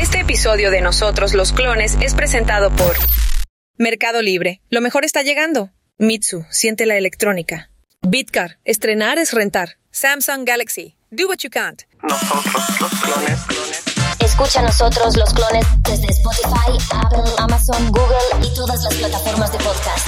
Este episodio de Nosotros los Clones es presentado por Mercado Libre. Lo mejor está llegando. Mitsu, siente la electrónica. Bitcar, estrenar es rentar. Samsung Galaxy, do what you can't. Nosotros los clones. Escucha a nosotros los clones desde Spotify, Apple, Amazon, Google y todas las plataformas de podcast.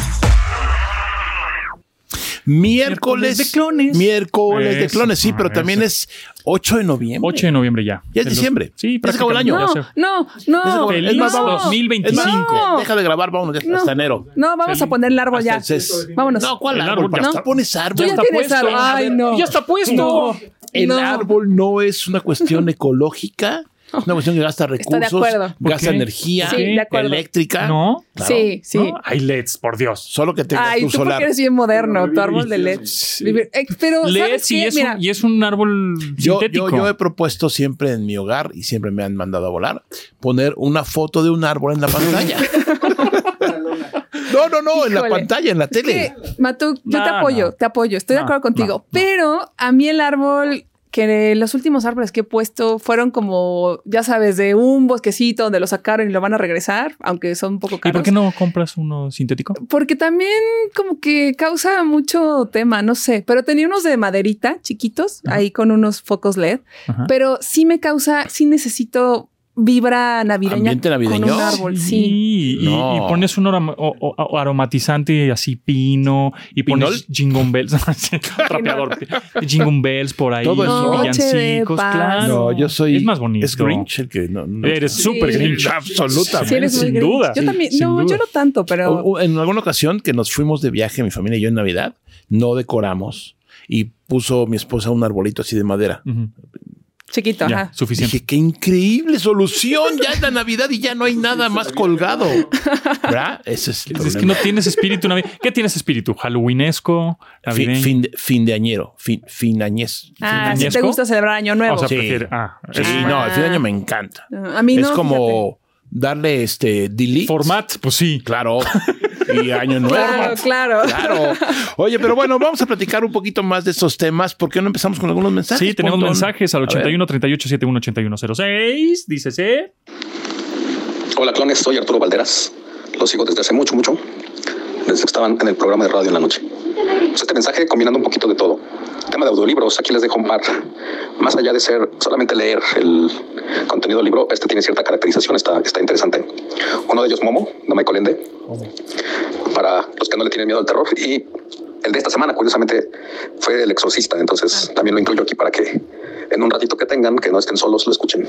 Miércoles de clones. Miércoles de Eso, clones, sí, pero eso. también es 8 de noviembre. 8 de noviembre ya. Ya es diciembre. Sí, Ya se acabó el prácticamente año. ya se- No, no, Ya se no. acabó. Feliz Es más, vamos- 2025. es más, No. Deja de grabar, vámonos ya, No. hasta enero. No, vamos a poner el árbol ya. Hasta el ses- Vámonos. No, ¿cuál El árbol? árbol ya ¿Para está. qué pones árbol? Tú ya está tienes puesto. árbol. Ay, no. Ya está puesto. No. El No. árbol no es una cuestión ecológica, es una cuestión que gasta Estoy de recursos, acuerdo. ¿Por gasta qué? energía, Sí, de acuerdo. eléctrica. No. Claro. Sí, sí. No. Ay, LEDs, por Dios. Solo que tengas Ay, tu tú solar. porque eres bien moderno, tu árbol de LED. Eh, pero, LEDs ¿sabes y qué? es, Mira, un, y es un árbol Yo, sintético. yo, yo he propuesto siempre en mi hogar y siempre me han mandado a volar poner una foto de un árbol en la pantalla. no, no, no, en la Híjole. pantalla, en la tele. que, Matú, yo No, te apoyo, no. te apoyo, estoy No, de acuerdo contigo. no, no. Pero a mí el árbol, que los últimos árboles que he puesto fueron como, ya sabes, de un bosquecito donde lo sacaron y lo van a regresar, aunque son un poco ¿Y caros. por qué no compras uno sintético? Porque también como que causa mucho tema, no sé, pero tenía unos de maderita chiquitos Ajá. ahí con unos focos LED, Ajá. pero sí me causa, sí necesito vibra navideña Ambiente navideño. con un árbol, sí. Y, No. y pones un aroma- o- o- aromatizante así pino y pones jingle bells. Trapeador. jingle bells por ahí. Todo eso. Noche de Villancicos, paz. claro. No, yo soy. Ah, Es más bonito. Es Grinch el que no. no- Eres Sí. súper Grinch. Absolutamente. Sí, eres muy Sin grinch. duda. Yo también, Sin no, duda. yo no tanto, pero O- o en alguna ocasión que nos fuimos de viaje, mi familia y yo en Navidad, no decoramos y puso mi esposa un arbolito así de madera. Ujú. chiquito, Ya, ajá. suficiente. Dije, qué increíble solución. Ya es la Navidad y ya no hay nada más colgado. ¿Verdad? Ese es el Es, es que problema. no tienes espíritu navideño. ¿Qué tienes espíritu? Halloweenesco, Fin, navideño. fin de, fin de añero, fin, fin añez. Ah, ¿Fin si te añesco? gusta celebrar año nuevo. O sea, Sí. prefiere- Ah, Sí, es- Ah. no, el fin de año me encanta. Ah, a mí es no. fíjate. como darle este delete. Format, pues sí. Claro. Y año nuevo. Claro, claro. Claro. Oye, pero bueno, vamos a platicar un poquito más de estos temas. ¿Por qué no empezamos con algunos mensajes? Sí, tenemos Pontón? mensajes al A ver. 81 38 71 81 06. Dícese. Hola clones, soy Arturo Valderas. Los sigo desde hace mucho, mucho, desde que estaban en el programa de radio en la noche. Pues este mensaje combinando un poquito de todo. Tema de audiolibros, aquí les dejo un par. Más allá de ser solamente leer el contenido del libro, este tiene cierta caracterización, está, está interesante. Uno de ellos, Momo, de Michael Ende, para los que no le tienen miedo al terror. Y el de esta semana, curiosamente, fue El Exorcista, entonces también lo incluyo aquí para que en un ratito que tengan, que no estén solos, lo escuchen.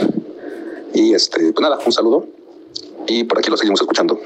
Y este, pues nada, un saludo y por aquí lo seguimos escuchando.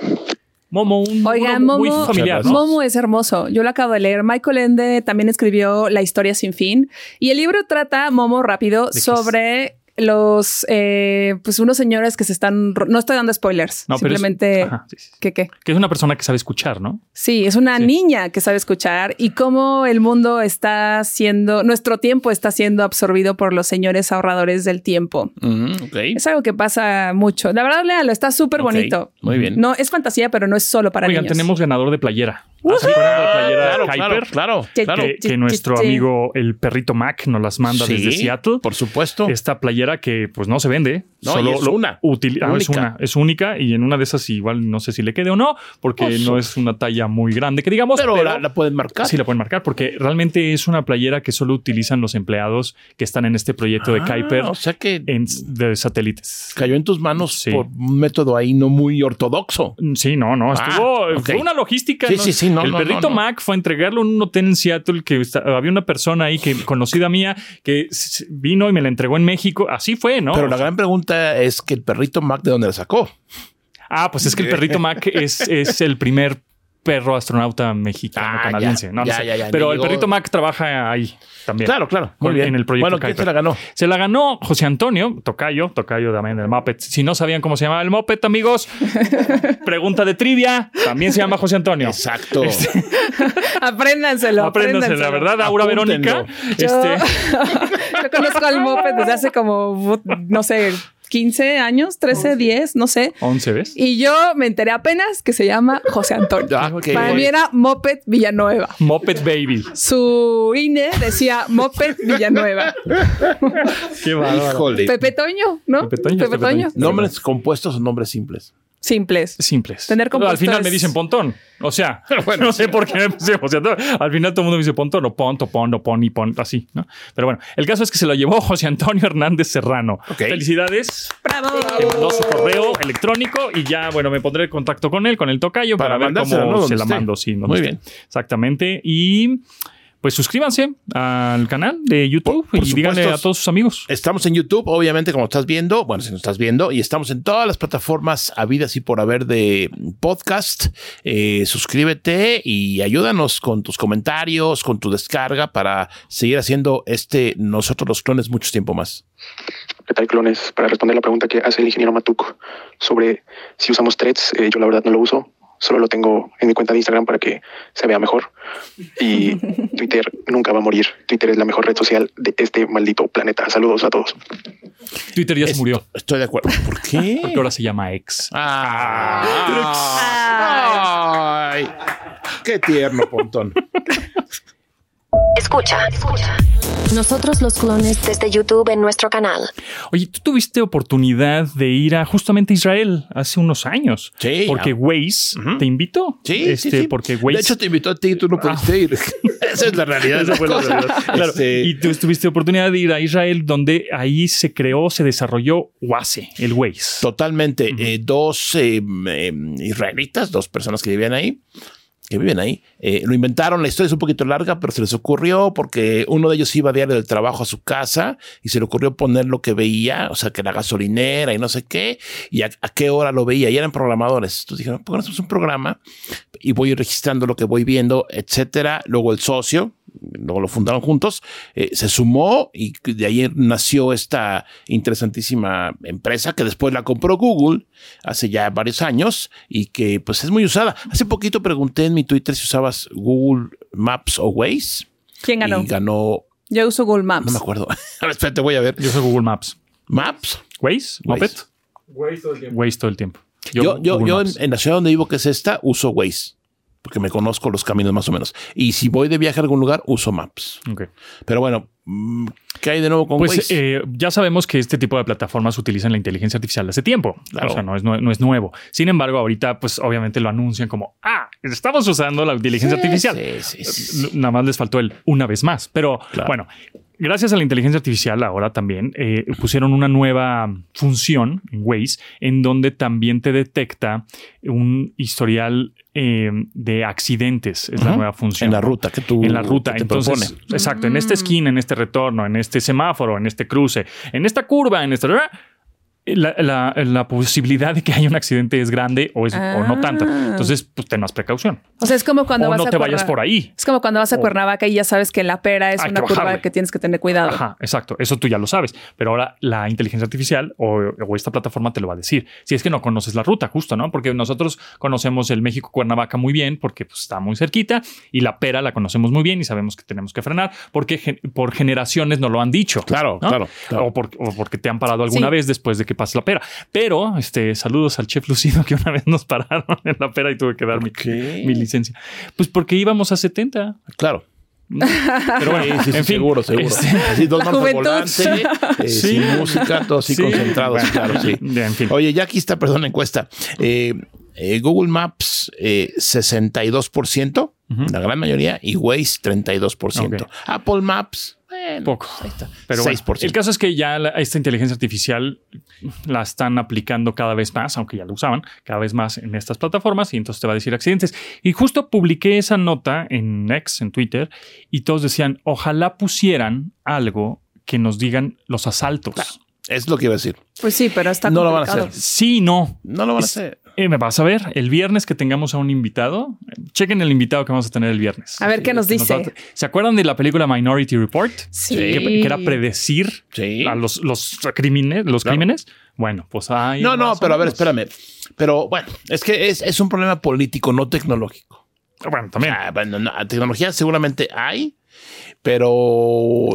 Momo, un Oiga, uno muy Momo- familiar. ¿no? Momo es hermoso. Yo lo acabo de leer. Michael Ende también escribió La historia sin fin. Y el libro trata, Momo, rápido, qué es? sobre los, eh, pues unos señores que se están, ro- no estoy dando spoilers, No, pero es- simplemente... Ajá, sí, sí. ¿Qué qué? Que es una persona que sabe escuchar, ¿no? Sí, es una Sí. niña que sabe escuchar y cómo el mundo está siendo, nuestro tiempo está siendo absorbido por los señores ahorradores del tiempo. Mm, ok. Es algo que pasa mucho. La verdad, léalo, está súper Ok, bonito. Muy bien. No, es fantasía, pero no es solo para Oigan, niños. tenemos ganador de playera. ¿Se acuerdan de la playera claro, Kuiper? claro, claro, Que- claro. Que, Sí, que sí, nuestro sí. amigo el perrito Mac nos las manda Sí, desde Seattle. Este, Por supuesto. Esta playera que pues no se vende, No, solo y es lo una. utili- ah, es Única. una, es única y en una de esas igual no sé si le quede o no, porque Pues, no es una talla muy grande que digamos, pero la, la pueden marcar. Sí, la pueden marcar porque realmente es una playera que solo utilizan los empleados que están en este proyecto de Ah, Kuiper O sea que en- de satélites. cayó en tus manos Sí. Mm, por un método ahí no muy ortodoxo. Sí, no, no, Ah, estuvo ok. fue una logística. Sí, sí, sí, no, El no, perrito no, no. Mac fue a entregarlo en un hotel en Seattle que está- había una persona ahí que conocida mía que s- vino y me la entregó en México. Así fue, ¿no? Pero la gran pregunta es que el perrito Mac de dónde la sacó. Ah, pues es que el perrito Mac es, es el primer perro astronauta mexicano Ah, canadiense. ya, no, no ya, sé. ya, ya, Pero me el llegó- perrito Mac trabaja ahí también. Claro, claro. Muy Con- bien. en el proyecto Bueno, ¿quién Kuiper. se la ganó? Se la ganó José Antonio Tocayo, Tocayo también del Muppet. Si no sabían cómo se llamaba el Muppet, amigos, pregunta de trivia, también se llama José Antonio. Exacto. Apréndanselo. Apréndanse, la verdad, Aura Apúntenlo. Verónica. Yo, Este, yo conozco al Moped desde hace como, no sé, 15 años, 13, 10, no sé. 11, ¿ves? Y yo me enteré apenas que se llama José Antonio. Ah, ok. Para mí era Moped Villanueva. Moped Baby. Su INE decía Moped Villanueva. Qué bárbaro. Híjole. Pepe Toño, ¿no? Pepe Toño, Pepe Toño. ¿Nombres compuestos o nombres simples? Simples. Simples. Tener Al compuestos final es- me dicen pontón. O sea, no sé por qué me puse José Antonio. Al final todo el mundo me dice pontón o ponto, pondo, poni, pon, así, ¿no? Pero bueno, el caso es que se lo llevó José Antonio Hernández Serrano. Ok. Felicidades. ¡Bravo! Le mandó su correo electrónico y ya, bueno, me pondré en contacto con él, con el tocayo, Para para, ver mandársela, cómo ¿no? se Donde la esté. mando. Sí, donde Muy esté. bien. Exactamente. Y pues suscríbanse al canal de YouTube Por- por y díganle a supuesto. Eh, todos sus amigos. Estamos en YouTube, obviamente, como estás viendo, bueno, si nos estás viendo, y estamos en todas las plataformas habidas y por haber de podcast. Eh, suscríbete y ayúdanos con tus comentarios, con tu descarga para seguir haciendo este Nosotros los Clones mucho tiempo más. ¿Qué tal, clones? Para responder la pregunta que hace el ingeniero Matuk sobre si usamos threads, eh, yo la verdad no lo uso. Solo lo tengo en mi cuenta de Instagram para que se vea mejor. Y Twitter nunca va a morir. Twitter es la mejor red social de este maldito planeta. Saludos a todos. Twitter ya se Esto- murió. Estoy de acuerdo. ¿Por qué? Porque ahora se llama X. Ah. Ay. qué tierno, Pontón. Escucha, escucha. Nosotros los clones desde YouTube en nuestro canal. Oye, tú tuviste oportunidad de ir a justamente Israel hace unos años. Sí, Porque ah. Waze Ujú. te invitó. Sí, sí, Este, sí. Porque Waze. De hecho, te invitó a ti y tú no pudiste ir. Esa es la Ah. realidad. de Esa la fue la cosa. realidad. Claro. Este, Y tú tuviste oportunidad de ir a Israel, donde ahí se creó, se desarrolló Waze, el Waze. Totalmente. Eh, dos eh, eh, israelitas, dos personas que vivían ahí, que viven ahí, eh, lo inventaron. La historia es un poquito larga, pero se les ocurrió porque uno de ellos iba a diario del trabajo a su casa y se le ocurrió poner lo que veía, o sea, que la gasolinera y no sé qué, y a, a qué hora lo veía. Y eran programadores. Entonces dijeron, ¿por qué no hacemos un programa? Y voy registrando lo que voy viendo, etcétera. Luego el socio, luego lo fundaron juntos, eh, se sumó y de ahí nació esta interesantísima empresa que después la compró Google hace ya varios años y que pues es muy usada. Hace poquito pregunté en mi Twitter si usabas Google Maps o Waze. ¿Quién ganó? Y ganó, Yo uso Google Maps. no me acuerdo. A ver, espérate, voy a ver. Yo soy Google Maps. Maps. ¿Waze? ¿Moped? Waze todo el tiempo. Yo, yo, Google yo en, Maps. en la ciudad donde vivo, que es esta, uso Waze. Porque me conozco los caminos más o menos. Y si voy de viaje a algún lugar, uso Maps. Ok. Pero bueno, mm, ¿qué hay de nuevo con Pues Waze? eh, ya sabemos que este tipo de plataformas utilizan la inteligencia artificial hace tiempo. Claro. O sea, no es, nue- no es nuevo. Sin embargo, ahorita, pues obviamente lo anuncian como, ah, estamos usando la inteligencia artificial. Sí, sí, sí. N- Nada más les faltó el una vez más. Pero Claro. bueno, gracias a la inteligencia artificial ahora también eh, pusieron una nueva función en Waze en donde también te detecta un historial eh, de accidentes. Es la Ujú. nueva función. En la ruta que tú en la ruta. que te Entonces, propone. exacto, en Mm. esta esquina, en este retorno, en este semáforo, en este cruce, en esta curva, en esta... La, la- la posibilidad de que haya un accidente es grande o, es, o no tanto. Ah. Entonces, pues ten más precaución. O sea, es como cuando o vas no a te vayas Cuernavaca. por ahí. Es como cuando vas a O- Cuernavaca y ya sabes que la pera es Oh. Hay una que curva bajarle. que tienes que tener cuidado. Ajá, exacto. Eso tú ya lo sabes. Pero ahora la inteligencia artificial o, o esta plataforma te lo va a decir. Si es que no conoces la ruta, justo, ¿no? Porque nosotros conocemos el México-Cuernavaca muy bien porque pues, está muy cerquita y la pera la conocemos muy bien y sabemos que tenemos que frenar porque gen- por generaciones nos lo han dicho. Claro, ¿no? claro, claro. O, por- o porque te han parado alguna Sí. vez después de que pase la pera. Pero este, saludos al chef Lucido que una vez nos pararon en la pera y tuve que dar mi, qué? mi licencia. Pues porque íbamos a 70. Claro. Pero bueno, Sí, sí, sí, en fin, seguro, seguro. este, Así, dos La manos al juventud. volante, eh, Sí. sin música, todos así Sí. Pues concentrados, claro, sí. Ya, en fin. Oye, ya aquí está, perdón, la encuesta. Eh, eh, Google Maps, eh, 62%, la gran mayoría, y Waze, 32%. Ok. Apple Maps, bueno, Poco. pues ahí está, Pero bueno, 6%. el caso es que ya la- esta inteligencia artificial la están aplicando cada vez más, aunque ya lo usaban, cada vez más en estas plataformas y entonces te va a decir accidentes. Y justo publiqué esa nota en X, en Twitter, y todos decían, ojalá pusieran algo que nos digan los asaltos. es lo que iba a decir. Pues sí, pero está No lo van a complicado. hacer. Sí y no. No lo van a Es- hacer. Eh, me vas a ver el viernes que tengamos a un invitado. eh, Chequen el invitado que vamos a tener el viernes. A ver qué nos Que va dice. ¿Se acuerdan de la película Minority Report? Sí. Que, que era predecir Sí. a los, los crímenes, los Claro. crímenes. Bueno, pues hay. No, no, más o pero a ver, menos. espérame. Pero bueno, es que es, es un problema político, no tecnológico. Bueno, también. Ah, bueno, no, tecnología seguramente hay, Pero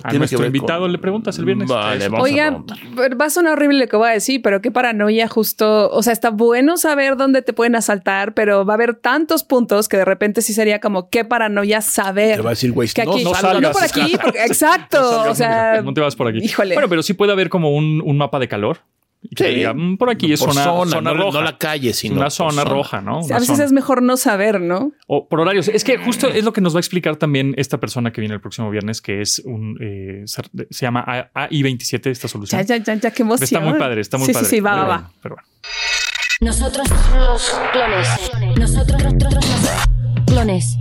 A tiene nuestro que ver invitado con- le preguntas el viernes. Vale, vamos a Oiga, preguntar. pero va a sonar horrible lo que voy a decir, pero qué paranoia justo. O sea, está bueno saber dónde te pueden asaltar, pero va a haber tantos puntos que de repente sí sería como qué paranoia saber. Te va a decir, güey, que no aquí, salgas. por aquí, porque- exacto. No, o sea, no te vas por aquí. híjole. Bueno, pero sí puede haber como un, un mapa de calor. Y que Sí. diga, mm, por aquí es Por una zona, no, roja. no la calle, sino una por zona roja, ¿no? Una a veces zona. es Mm. mejor no saber, ¿no? O por horarios. Es que justo es lo que nos va a explicar también esta persona que viene el próximo viernes, que es un. eh, se, se llama A- AI27, esta solución. Ya, ya, ya, ya, qué emoción. Está muy padre, está muy sí, padre. Sí, sí, va, Pero va, va. bueno, pero bueno. Nosotros los clones. Nosotros los clones.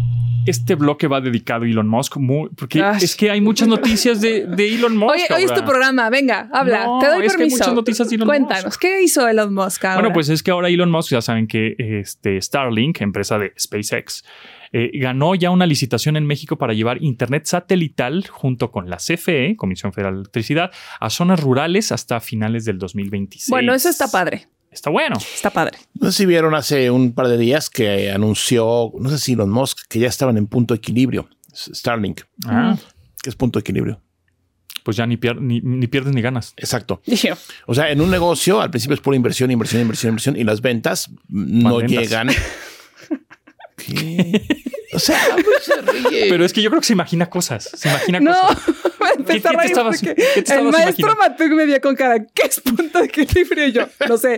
Este bloque va dedicado a Elon Musk, muy- porque Ay. es que hay muchas noticias de, de Elon Musk. Oye, hoy es tu ahora. programa, venga, habla. No, Te doy es que hay permiso. muchas noticias de Elon Cuéntanos, Musk. ¿qué hizo Elon Musk ahora? Bueno, pues es que ahora Elon Musk, ya saben que este Starlink, empresa de SpaceX, eh, ganó ya una licitación en México para llevar internet satelital junto con la CFE, Comisión Federal de Electricidad, a zonas rurales hasta finales del 2026. Bueno, eso está padre. Está bueno. Está padre. No sé si vieron hace un par de días que anunció, no sé si Elon Musk, que ya estaban en punto de equilibrio. Starlink, Ah, que es punto de equilibrio. Pues ya ni, pier- ni, ni pierdes ni ganas. Exacto. Dije, O sea, en un negocio al principio es pura inversión, inversión, inversión, inversión y las ventas mm, no ventas? llegan. ¿Qué? O sea, pues, se ríe. Pero es que yo creo que se imagina cosas. Se imagina No, cosas. me ¿Qué- empecé a qué te reír estabas- porque qué te estabas el maestro imaginando? Matú me dio con cara, ¿qué es punto de equilibrio? Y yo, no sé,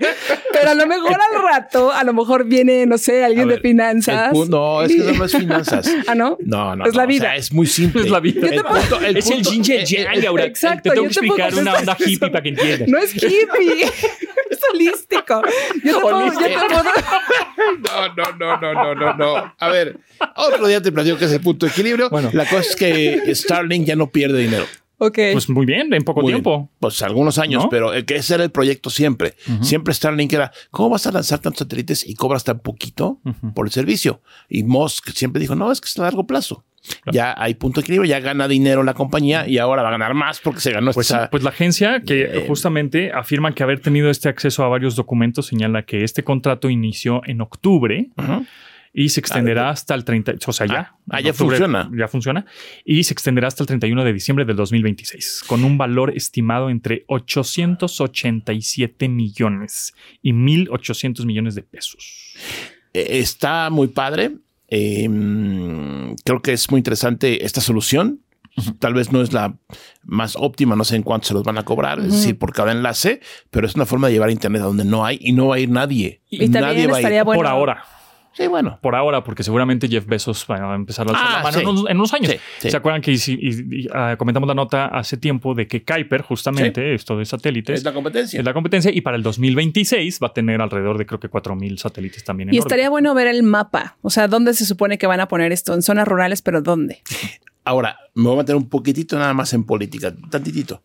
pero a lo mejor al rato, a lo mejor viene, no sé, A alguien de ver, finanzas. el pu- no, es que eso no es finanzas. ¿Ah, no? No, no. Es la no, o sea, vida. es muy simple. Es la vida. El punto- el es el punto- yin y el eh, yang, eh, Laura. Te- Exacto, Te tengo yo que te puedo explicar una onda contestar eso. hippie para que entiendas. No es hippie, es holístico. Yo te puedo, yo te puedo- No, no, no, no, no, no, no. A ver, otro día te platico que es el punto de equilibrio. Bueno. La cosa es que Starlink ya no pierde dinero. Ok, Pues muy bien, en poco Muy bien. tiempo. Pues algunos años, ¿No? pero el que ese era el proyecto siempre. Siempre Starlink era, ¿cómo vas a lanzar tantos satélites y cobras tan poquito por el servicio? Y Musk siempre dijo, no, es que es a largo plazo. Ya hay punto de equilibrio, ya gana dinero la compañía y ahora va a ganar más porque se ganó Pues, sí, esta... pues la agencia que justamente afirman que haber tenido este acceso a varios documentos señala que este contrato inició en octubre Ujú. y se extenderá hasta el 30, o sea, ya. Ah, en ya funciona. Ya funciona. Y se extenderá hasta el 31 de diciembre del 2026, con un valor estimado entre 887 millones y 1.800 millones de pesos. Eh, está muy padre. Eh, creo que es muy interesante esta solución. Tal vez no es la más óptima, no sé en cuánto se los van a cobrar, es decir, por cada enlace, pero es una forma de llevar internet a donde no hay y no va a ir nadie. Y también nadie va a estaría ir. Bueno. Por ahora. Sí, bueno. Por ahora, porque seguramente Jeff Bezos va a empezar a alzar Ah, la mano sí. en, unos, en unos años. Sí, sí. ¿Se acuerdan que hici- y- y, ah, comentamos la nota hace tiempo de que Kuiper, justamente, esto de satélites, Es la competencia. es la competencia y para el 2026 va a tener alrededor de creo que 4.000 satélites también. en y órbita. estaría bueno ver el mapa, o sea, dónde se supone que van a poner esto, en zonas rurales, pero dónde. Ahora, me voy a meter un poquitito nada más en política, tantitito.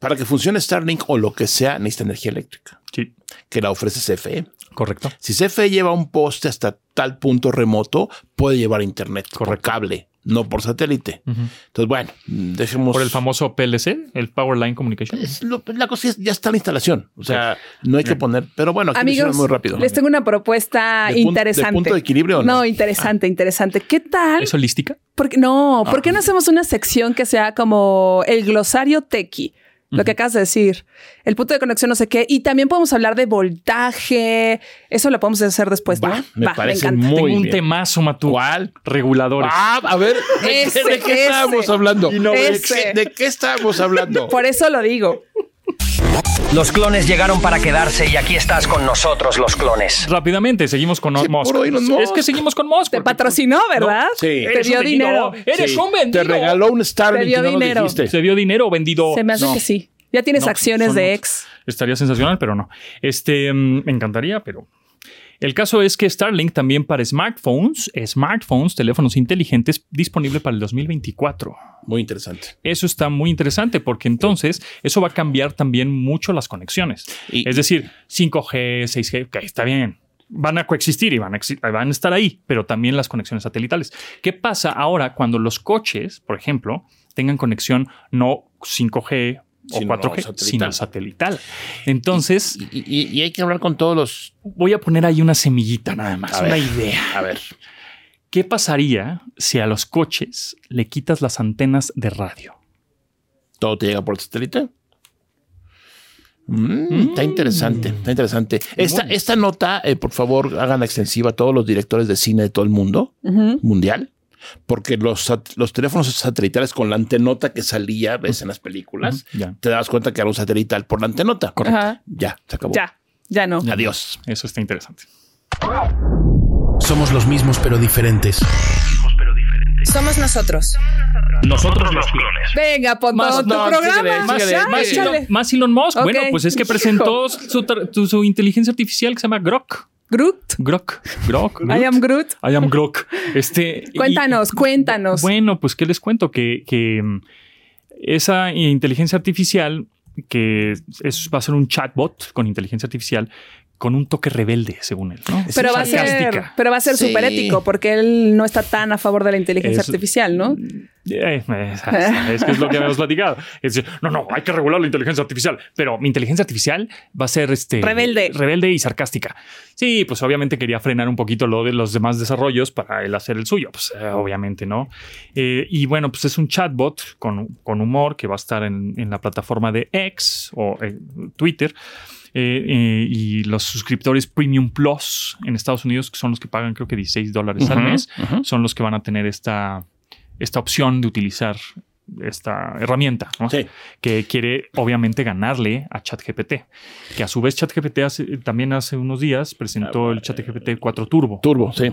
Para que funcione Starlink o lo que sea, necesita energía eléctrica, Sí, que la ofrece E. CFE. correcto. Si CFE lleva un poste hasta tal punto remoto, puede llevar internet por Correcto. cable, no por satélite. Entonces, bueno, mm, dejemos... Por el famoso PLC, el Power Line Communication. Es lo- la cosa es, ya está la instalación. O sea, no hay que poner... Pero bueno, aquí lo hicieron Amigos, muy rápido. les tengo una propuesta ¿De punto- de interesante. punto de equilibrio o no? no? interesante, interesante. ¿Qué tal? ¿Es holística? ¿Por qué- Ah, no, ¿por qué no hacemos una sección que sea como el glosario tequi? Lo que acabas de decir, el punto de conexión, no sé qué. Y también podemos hablar de voltaje. Eso lo podemos hacer después, Va, ¿no? me parece encanta. muy Tengo un bien. temazo, Matú. ¿Cuál? Reguladores. Ah, a ver, ¿de, qué- Ese, de qué ese. estábamos hablando? Y no- ¿De, Ese. qué, de qué estábamos hablando? Por eso lo digo. Los clones llegaron para quedarse y aquí estás con nosotros, los clones. Rápidamente, seguimos con Sí, Musk. puro Elon Musk. Es que seguimos con Musk. Te porque- patrocinó, ¿verdad? sí. Te Eres dio un vendido. dinero. Eres Sí, un vendido. Te regaló un Starlink Eh, Te dio y no lo dinero. dijiste. Se dio dinero vendido. Se me hace No. que sí. Ya tienes No, acciones son de unos- ex. Estaría sensacional, pero no. Este, mm, me encantaría, pero... El caso es que Starlink también para smartphones, smartphones, teléfonos inteligentes, disponible para el 2024. Muy interesante. Eso está muy interesante porque entonces eso va a cambiar también mucho las conexiones. Y- es decir, 5G, 6G, que está bien. Van a coexistir y van a, exi- van a estar ahí, pero también las conexiones satelitales. ¿Qué pasa ahora cuando los coches, por ejemplo, tengan conexión no 5G o Sino 4G, satelital. sino satelital? Entonces, Y, y- y hay que hablar con todos los. voy a poner ahí una semillita nada más, A una ver. idea. A ver. ¿Qué pasaría si a los coches le quitas las antenas de radio? Todo te llega por el satélite. Mm, Está interesante, está interesante. Esta, esta nota, eh, por favor, hagan extensiva a todos los directores de cine de todo el mundo, mundial, porque los, sat- los teléfonos satelitales con la antenota que salía ves en las películas, Ujú, ya. te dabas cuenta que era un satelital por la antenota. Ajá. Ya, se acabó. Ya, ya no. Adiós. Eso está interesante. Somos los mismos pero diferentes. Somos nosotros. Nosotros los clones. Venga, pon Más- todo tu no, síguele, programa. Más, síguele, Ya, más échale. Elon, más Elon Musk. Ok. Bueno, pues es que presentó su, tra- tu- su inteligencia artificial que se llama Grok. Groot. Grok. Grok. I am Groot. I am Grok. Este, y- Cuéntanos, cuéntanos. Bueno, pues qué les cuento que, que, mm, esa inteligencia artificial que es, va a ser un chatbot con inteligencia artificial con un toque rebelde, según él. ¿no? Es pero va a ser, sarcástica. pero va a ser Sí. súper ético porque él no está tan a favor de la inteligencia Es- artificial, ¿no? Eh, es, es que es lo que habíamos platicado. Es decir, no, no, hay que regular la inteligencia artificial, pero mi inteligencia artificial va a ser este Rebelde. rebelde y sarcástica. Sí, pues obviamente quería frenar un poquito lo de los demás desarrollos para él hacer el suyo, pues eh, obviamente, ¿no? Eh, y bueno, pues es un chatbot con, con humor que va a estar en, en la plataforma de X o eh, Twitter. eh, eh, y los suscriptores Premium Plus en Estados Unidos, que son los que pagan creo que 16 dólares al Ujú, mes, ujú. son los que van a tener esta, esta opción de utilizar esta herramienta, ¿no? Sí. que quiere obviamente ganarle a ChatGPT, que a su vez ChatGPT hace- también hace unos días presentó Ah, el ChatGPT 4 Turbo. Turbo, sí.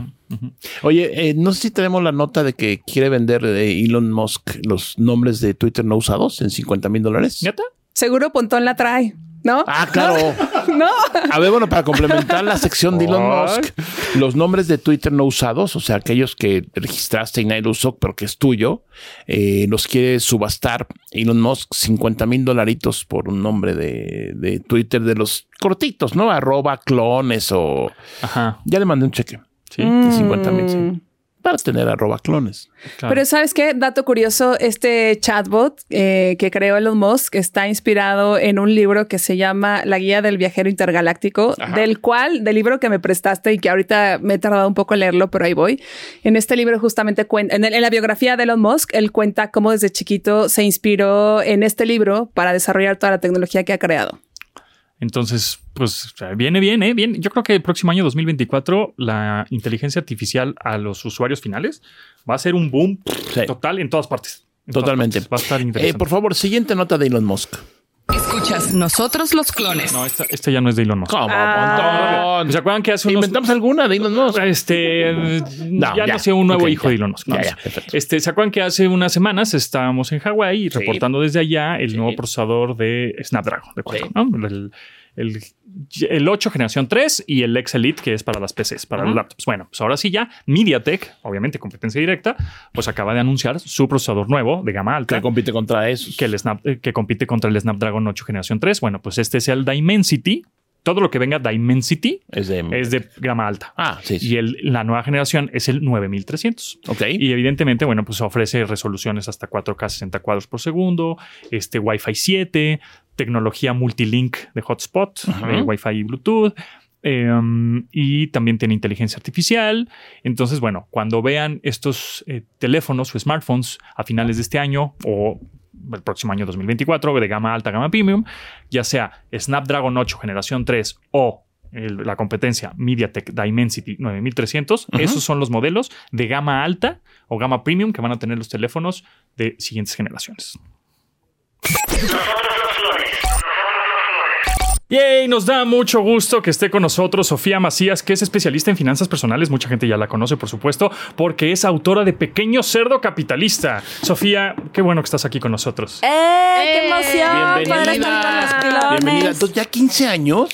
Oye, eh, no sé si tenemos la nota de que quiere vender eh, Elon Musk los nombres de Twitter no usados en 50 mil dólares. ¿Neta? Seguro Pontón la trae, ¿no? Ah, claro. No. A ver, bueno, para complementar la sección de Elon Musk, los nombres de Twitter no usados, o sea, aquellos que registraste y nadie lo usó, pero que es tuyo, eh, los quiere subastar Elon Musk 50 mil dolaritos por un nombre de, de Twitter de los cortitos, ¿no? Arroba clones o... Ajá. Ya le mandé un cheque Sí. Mm. de 50 mil, sí, Para tener arroba clones. claro. Pero ¿sabes qué? Dato curioso, este chatbot eh, que creó Elon Musk está inspirado en un libro que se llama La Guía del Viajero Intergaláctico, del cual, del libro que me prestaste y que ahorita me he tardado un poco en leerlo, pero ahí voy. En este libro justamente cuenta, en, el- en la biografía de Elon Musk, él cuenta cómo desde chiquito se inspiró en este libro para desarrollar toda la tecnología que ha creado. Entonces, pues o sea, viene bien, ¿eh? Bien. Yo creo que el próximo año 2024 la inteligencia artificial a los usuarios finales va a ser un boom Sí. total en todas partes. En todas Totalmente. partes. Va a estar interesante. Eh, por favor, siguiente nota de Elon Musk. Escuchas, nosotros los clones. No, esta, esta ya no es de Elon Musk. ¿Cómo, Ah. Pontón? ¿Se acuerdan que hace unos... ¿Inventamos alguna de Elon Musk? Este, ya, No, ya. nació un nuevo Ok, hijo ya. de Elon Musk. ¿no? Ya, ya, perfecto. este, ¿Se acuerdan que hace unas semanas estábamos en Hawái y reportando desde allá el nuevo procesador de Snapdragon? De cuatro, Sí. ¿no? el, el, el 8 generación 3 y el X Elite que es para las PCs, para los laptops. Bueno, pues ahora sí ya, MediaTek, obviamente competencia directa, pues acaba de anunciar su procesador nuevo de gama alta Que compite contra eso. que, el Snap- eh, que compite contra el Snapdragon 8 generación 3. Bueno, pues este es el Dimensity. Todo lo que venga Dimensity Es de... es de gama alta. Ah, sí, sí. Y el- la nueva generación es el 9300. Ok. Y evidentemente, bueno, pues ofrece resoluciones hasta 4K 60 cuadros por segundo, este Wi-Fi 7, tecnología multilink de hotspot, de Wi-Fi y Bluetooth. eh, y también tiene inteligencia artificial. Entonces, bueno, cuando vean estos eh, teléfonos o smartphones a finales de este año o el próximo año 2024 de gama alta, gama premium, ya sea Snapdragon 8 generación 3 o el- la competencia MediaTek Dimensity 9300, esos son los modelos de gama alta o gama premium que van a tener los teléfonos de siguientes generaciones. Yay, nos da mucho gusto que esté con nosotros Sofía Macías, que es especialista en finanzas personales. Mucha gente ya la conoce, por supuesto, porque es autora de Pequeño Cerdo Capitalista. Sofía, qué bueno que estás aquí con nosotros. ¡Eh! ¡Qué Ah, emoción! Bienvenida. Poder estar con los clones. Bienvenida. Entonces, ya 15 años.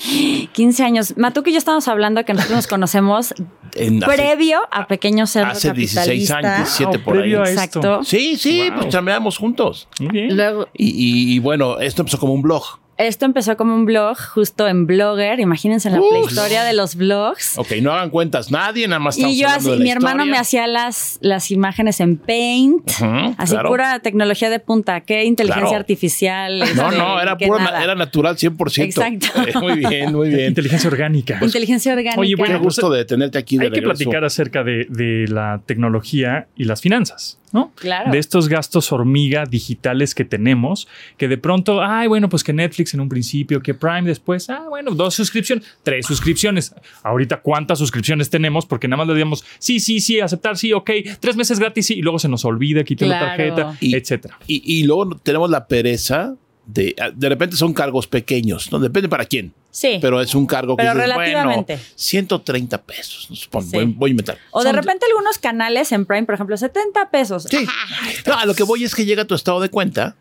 15 años. Matuque y yo estábamos hablando que nosotros nos conocemos En hace- previo a Pequeño Cerdo hace 16 Capitalista. años, 17 Ah, por ahí. previo a esto. Exacto. Sí, sí, Wow. pues chambeamos juntos. Muy bien. Luego, Y, y- y bueno, esto empezó como un blog. Esto empezó como un blog, justo en Blogger. Imagínense la prehistoria de los blogs. Ok, no hagan cuentas nadie, nada más estamos Y yo hablando así, de la mi hermano me historia. hacía las, las imágenes en Paint, Ujú, así claro. pura tecnología de punta, qué inteligencia Claro. artificial. No, este, no, era qué puro, nada. na- era natural 100%. Exacto. Eh, muy bien, muy bien. Inteligencia orgánica. inteligencia orgánica. Oye, Qué bueno, pues, gusto de tenerte aquí de Hay que regreso. platicar acerca de, de la tecnología y las finanzas, ¿no? Claro. De estos gastos hormiga digitales que tenemos, que de pronto, ay, bueno, pues que Netflix en un principio, que Prime después, ah, bueno, dos suscripciones, tres suscripciones. Ahorita, ¿cuántas suscripciones tenemos? Porque nada más le digamos, sí, sí, sí, aceptar, sí, ok, tres meses gratis, sí, y luego se nos olvida, quita la Claro. tarjeta, Y- etcétera. Y, y luego tenemos la pereza de, de repente son cargos pequeños, ¿no? Depende para quién, sí. pero es un cargo que Pero dices, relativamente. bueno, 130 pesos, no supongo, Sí. voy, voy a inventar. o de repente algunos canales en Prime, por ejemplo, 70 pesos. Sí. No, a lo que voy es que llega a tu estado de cuenta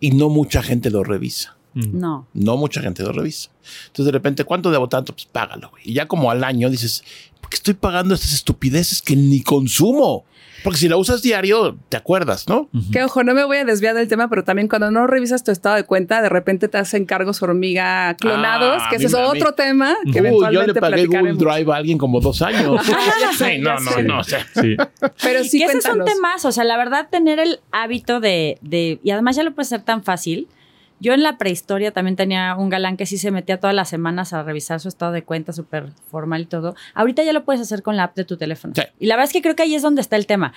y no mucha gente lo revisa. No. No mucha gente lo revisa. Entonces, de repente, ¿cuánto debo tanto? Pues págalo, güey. Y ya como al año dices, ¿por qué estoy pagando estas estupideces que ni consumo? Porque si la usas diario, te acuerdas, ¿no? Que ojo, no me voy a desviar del tema, pero también cuando no revisas tu estado de cuenta, de repente te hacen cargos hormiga clonados, Ah, que a ese es mí- a mí- otro tema que Uy, yo le eventualmente pagué Google platicaremos. Drive a alguien como dos años. Sí, no, no, no. o sea, Sí. Pero Ah, sí, que ese es un cuéntanos. tema, o sea, la verdad, tener el hábito de, de- Y además ya lo puedes hacer tan fácil. Yo en la prehistoria también tenía un galán que sí se metía todas las semanas a revisar su estado de cuenta súper formal y todo. Ahorita ya lo puedes hacer con la app de tu teléfono. Sí. Y la verdad es que creo que ahí es donde está el tema.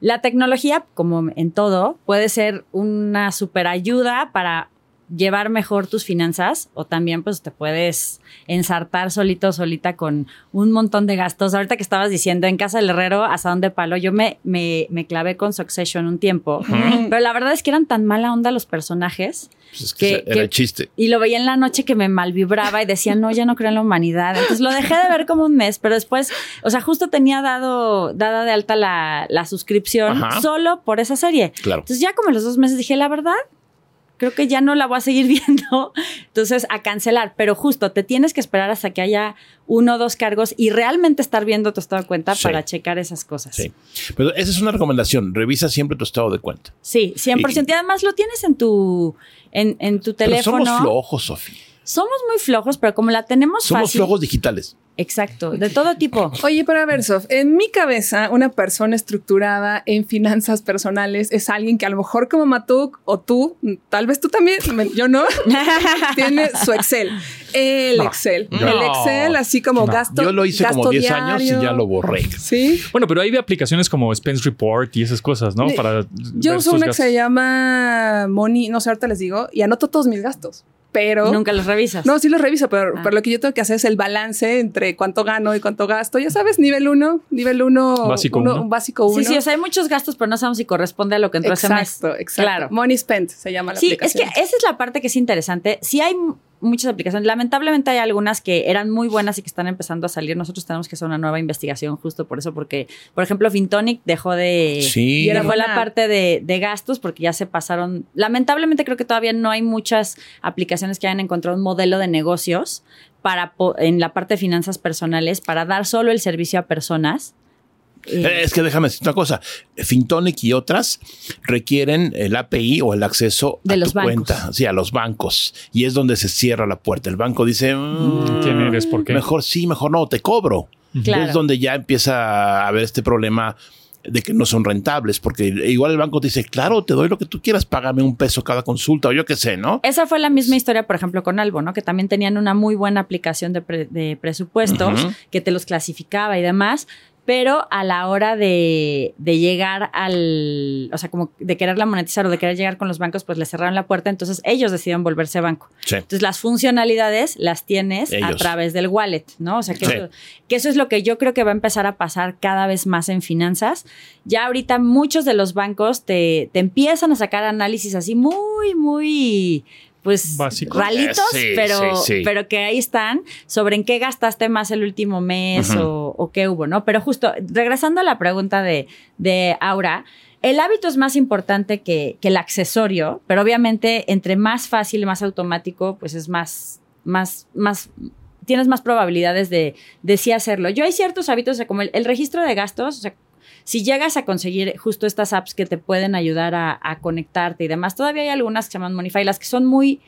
La tecnología, como en todo, puede ser una super ayuda para llevar mejor tus finanzas o también pues te puedes ensartar solito o solita con un montón de gastos. Ahorita que estabas diciendo en casa del herrero, asadón de palo, yo me, me, me clavé con Succession un tiempo, ¿Mm? pero la verdad es que eran tan mala onda los personajes pues es que que, era que- el chiste. y lo veía en la noche que me malvibraba y decía, no, ya no creo en la humanidad. Entonces lo dejé de ver como un mes, pero después, o sea, justo tenía dado, dada de alta la, la suscripción Ajá. solo por esa serie. Claro. Entonces ya como a los dos meses dije, la verdad, creo que ya no la voy a seguir viendo. Entonces a cancelar, pero justo te tienes que esperar hasta que haya uno o dos cargos y realmente estar viendo tu estado de cuenta Sí. para checar esas cosas. Sí. Pero esa es una recomendación. Revisa siempre tu estado de cuenta. Sí, 100%. Y, además lo tienes en tu, en, en tu Pero teléfono. somos flojos, Sofía. Somos muy flojos, pero como la tenemos Somos fácil. flojos digitales. Exacto, de todo tipo. Oye, pero a ver, Sof, en mi cabeza, una persona estructurada en finanzas personales es alguien que a lo mejor como Matuk o tú, tal vez tú también, me- yo no, tiene su Excel. El No, Excel. yo el no. Excel, así como No, gasto. Yo lo hice como gasto 10 años y diario. ya lo borré. Sí. Bueno, pero hay de aplicaciones como Expense Report y esas cosas, ¿no? Eh, Para Yo ver uso tus una que se gastos. llama Money, no sé, ahorita les digo, y anoto todos mis gastos, pero... Nunca los revisas. No, sí los reviso, pero, Ah. pero lo que yo tengo que hacer es el balance entre cuánto gano y cuánto gasto. Ya sabes, nivel 1, nivel 1, Básico uno. básico 1. sí, sí, o sea, hay muchos gastos, pero no sabemos si corresponde a lo que entró ese mes. Exacto, exacto. Claro. Money Spent se llama la Sí, es que aplicación. esa es la parte que es interesante. Sí hay m- muchas aplicaciones. Lamentablemente hay algunas que eran muy buenas y que están empezando a salir. Nosotros tenemos que hacer una nueva investigación justo por eso, porque, por ejemplo, Fintonic dejó de... Sí. Y era dejó la buena. parte de, de gastos porque ya se pasaron. Lamentablemente creo que todavía no hay muchas aplicaciones que hayan encontrado un modelo de negocios para po- en la parte de finanzas personales para dar solo el servicio a personas. Eh, Eh, Es que déjame decir una cosa. Fintonic y otras requieren el API o el acceso De a los tu bancos. cuenta, sí, a los bancos. Y es donde se cierra la puerta. El banco dice, "Mm, ¿Quién eres? ¿Por qué? mejor sí, mejor no, te cobro. Claro. Es donde ya empieza a haber este problema de que no son rentables, porque igual el banco te dice, claro, te doy lo que tú quieras, págame un peso cada consulta o yo qué sé, ¿no? Esa fue la misma historia, por ejemplo, con Albo, ¿no? Que también tenían una muy buena aplicación de, pre- de presupuestos Ujú. que te los clasificaba y demás. Pero a la hora de, de llegar al, o sea, como de quererla monetizar o de querer llegar con los bancos, pues le cerraron la puerta, entonces ellos decidieron volverse banco. Sí. Entonces las funcionalidades las tienes a Ellos. través del wallet, ¿no? O sea, que, Sí. eso, que eso es lo que yo creo que va a empezar a pasar cada vez más en finanzas. Ya ahorita muchos de los bancos te, te empiezan a sacar análisis así muy, muy... Pues Básicos. ralitos, Eh, sí, pero, sí, sí. pero que ahí están sobre en qué gastaste más el último mes Ujú. o, o qué hubo, ¿no? Pero justo, regresando a la pregunta de, de Aura, el hábito es más importante que, que el accesorio, pero obviamente entre más fácil, más automático, pues es más, más, más, tienes más probabilidades de, de sí hacerlo. Yo hay ciertos hábitos, o sea, como el, el registro de gastos, o sea, si llegas a conseguir justo estas apps que te pueden ayudar a, a conectarte y demás, todavía hay algunas que se llaman Monify, las que son muy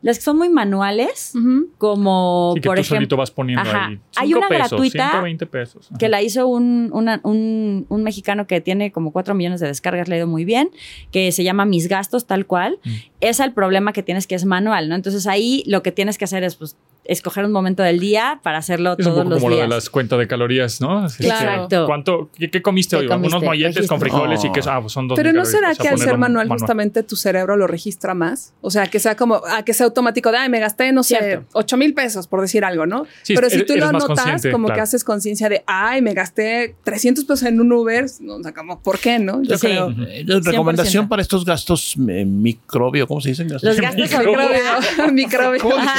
Las que son muy manuales, Ujú. como y que por tú ejemplo solito vas poniendo Ajá. ahí. Hay Cinco una pesos, gratuita 120 pesos. Ajá. que la hizo un, una- un- un mexicano que tiene como 4 millones de descargas, le ha ido muy bien, que se llama Mis Gastos, tal cual. Mm. Es el problema que tienes que es manual, ¿no? Entonces ahí lo que tienes que hacer es pues, escoger un momento del día para hacerlo es un todos poco los como lo de días. las cuentas de calorías, ¿no? Así Claro. que, Exacto. ¿Cuánto, qué, qué comomiste ¿Qué hoy? comiste? Unos molletes con Registro. frijoles y que ah, pues son dos. Pero mil ¿no será calorías, o sea, que al ponerlo ser manual, justamente tu cerebro lo registra más? O sea, que sea como, a que sea automático de, ay, me gasté, no sé, Cierto. 8 mil pesos, por decir algo, ¿no? Sí, Pero eres- si tú eres lo más notas, consciente, como que claro. haces conciencia de, ay, me gasté 300 pesos en un Uber, no, o sea, como, ¿por qué, no? Yo Sí. creo. Ujú. Eh, recomendación 100%. para estos gastos eh, microbio, ¿cómo se dicen? Los gastos Yo creo, microbio. ¿Cómo dicen?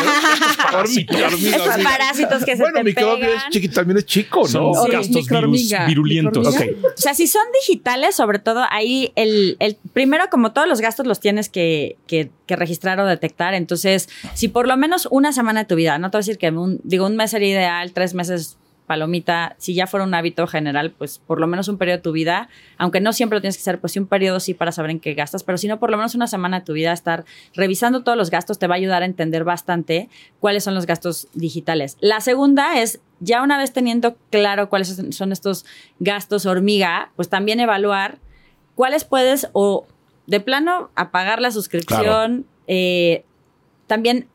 Parásitos. Esos parásitos que se Bueno, te microbio es pegan. chiquito, también es chico, ¿no? Son Sí. gastos virus, Microhormiga. virulentos. Microhormiga. Ok. O sea, si son digitales, sobre todo, ahí el, el- primero, como todos los gastos, los tienes que, que- que registrar o detectar. Entonces, si por lo menos una semana de tu vida, no te voy a decir que un, digo, un mes sería ideal, tres meses palomita, si ya fuera un hábito general, pues por lo menos un periodo de tu vida, aunque no siempre lo tienes que hacer, pues sí un periodo sí para saber en qué gastas, pero si no, por lo menos una semana de tu vida estar revisando todos los gastos te va a ayudar a entender bastante cuáles son los gastos digitales. La segunda es, ya una vez teniendo claro cuáles son estos gastos hormiga, pues también evaluar cuáles puedes o de plano apagar la suscripción. eh, también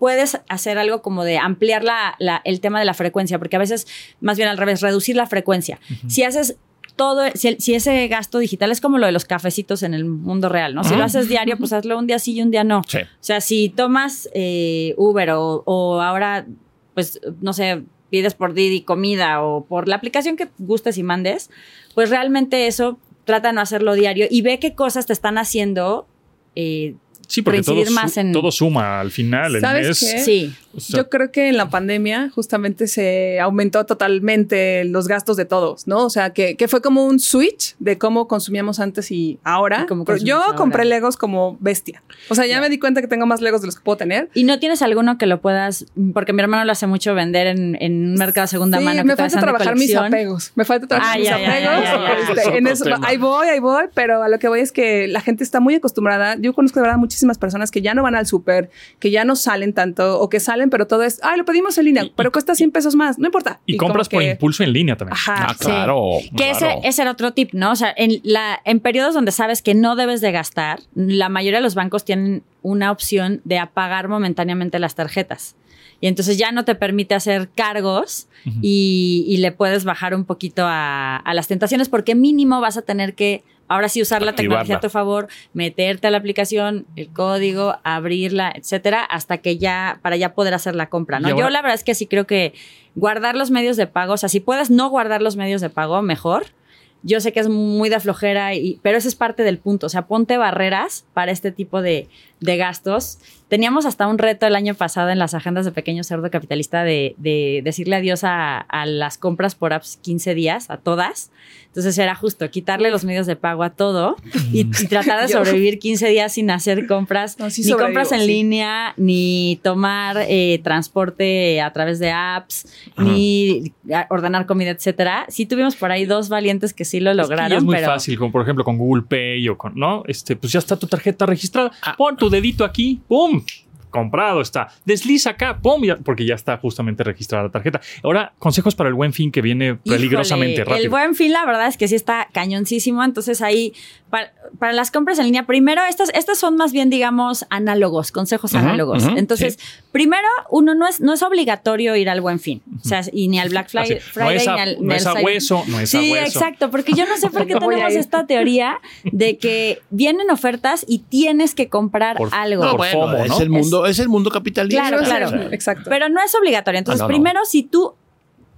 puedes hacer algo como de ampliar la- la- el tema de la frecuencia, porque a veces, más bien al revés, reducir la frecuencia. Si haces todo, si, el- si ese gasto digital es como lo de los cafecitos en el mundo real, ¿no? Si lo haces diario, pues hazlo un día sí y un día no. Sí. O sea, si tomas eh, Uber o, o ahora, pues, no sé, pides por Didi comida o por la aplicación que gustes y mandes, pues realmente eso trata de no hacerlo diario y ve qué cosas te están haciendo. eh, Sí, porque todo, Reincidir más su- en- todo suma al final. El ¿Sabes mes, qué? ¿Eh? sí. o sea, Yo creo que en la pandemia justamente se aumentó totalmente los gastos de todos, ¿no? O sea, que, que fue como un switch de cómo consumíamos antes y ahora. Y cómo Pero yo consumimos ahora. compré Legos como bestia. O sea, ya me di cuenta que tengo más Legos de los que puedo tener. Y no tienes alguno que lo puedas, porque mi hermano lo hace mucho vender en, en un mercado de segunda Sí, mano. que me te falta hacen de trabajar mis colección. apegos. Me falta trabajar Ah, mis ya, ya, apegos. ya, ya, ya. Eso Este, es en otro eso- tema. ahí voy, ahí voy, pero a lo que voy es que la gente está muy acostumbrada. Yo conozco de verdad muchísimas personas que ya no van al súper, que ya no salen tanto o que salen, pero todo es, ay, lo pedimos en línea, Y- pero cuesta 100 pesos más, no importa. Y, como compras por que- impulso en línea también. Ajá. Ah, claro. Que claro. ese, ese era otro tip, ¿no? O sea, en, la, en periodos donde sabes que no debes de gastar, la mayoría de los bancos tienen una opción de apagar momentáneamente las tarjetas. Y entonces ya no te permite hacer cargos Ujú. y, y le puedes bajar un poquito a, a las tentaciones porque mínimo vas a tener que, ahora sí, usar la tecnología Activarla. a tu favor, meterte a la aplicación, el código, abrirla, etcétera, hasta que ya, para ya poder hacer la compra, ¿no? Y ahora- Yo la verdad es que sí creo que guardar los medios de pago, o sea, si puedes no guardar los medios de pago, mejor. Yo sé que es muy de flojera, y, pero ese es parte del punto. O sea, ponte barreras para este tipo de, de gastos. Teníamos hasta un reto el año pasado en las agendas de Pequeño Cerdo Capitalista de, de decirle adiós a, a las compras por apps 15 días, a todas. Entonces era justo quitarle los medios de pago a todo y, y tratar de Yo- sobrevivir 15 días sin hacer compras, No, sí ni sobrevivo, compras en sí. línea, ni tomar eh, transporte a través de apps, ni a- ordenar comida, etcétera. Sí tuvimos por ahí dos valientes que sí lo Es que lograron, ya es muy pero fácil, como por ejemplo con Google Pay o con, ¿no? Este, pues ya está tu tarjeta registrada. Ah. Pon tu dedito aquí, ¡pum! Comprado está. Desliza acá, ¡pum! Ya- porque ya está justamente registrada la tarjeta. Ahora, consejos para el buen fin que viene peligrosamente Híjole, El rápido. buen fin, la verdad es que sí está cañoncísimo. Entonces, ahí, para, para las compras en línea, primero, estas, estas son más bien, digamos, análogos, consejos Ujú, análogos. ujú, Entonces, primero, uno no es, no es obligatorio ir al buen fin. O sea, y ni al Black Así, Friday, Ah, Friday, no es ni a, al no es a Cyber- hueso, no es a Sí, hueso. exacto, porque yo no sé por qué No voy a tenemos ir. esta teoría de que vienen ofertas y tienes que comprar Por- algo. No, por bueno, FOMO, es ¿no? el mundo, es el mundo capitalista. Claro, claro. O sea, Exacto. Pero no es obligatorio. Entonces, Ah, no, no. primero, si tú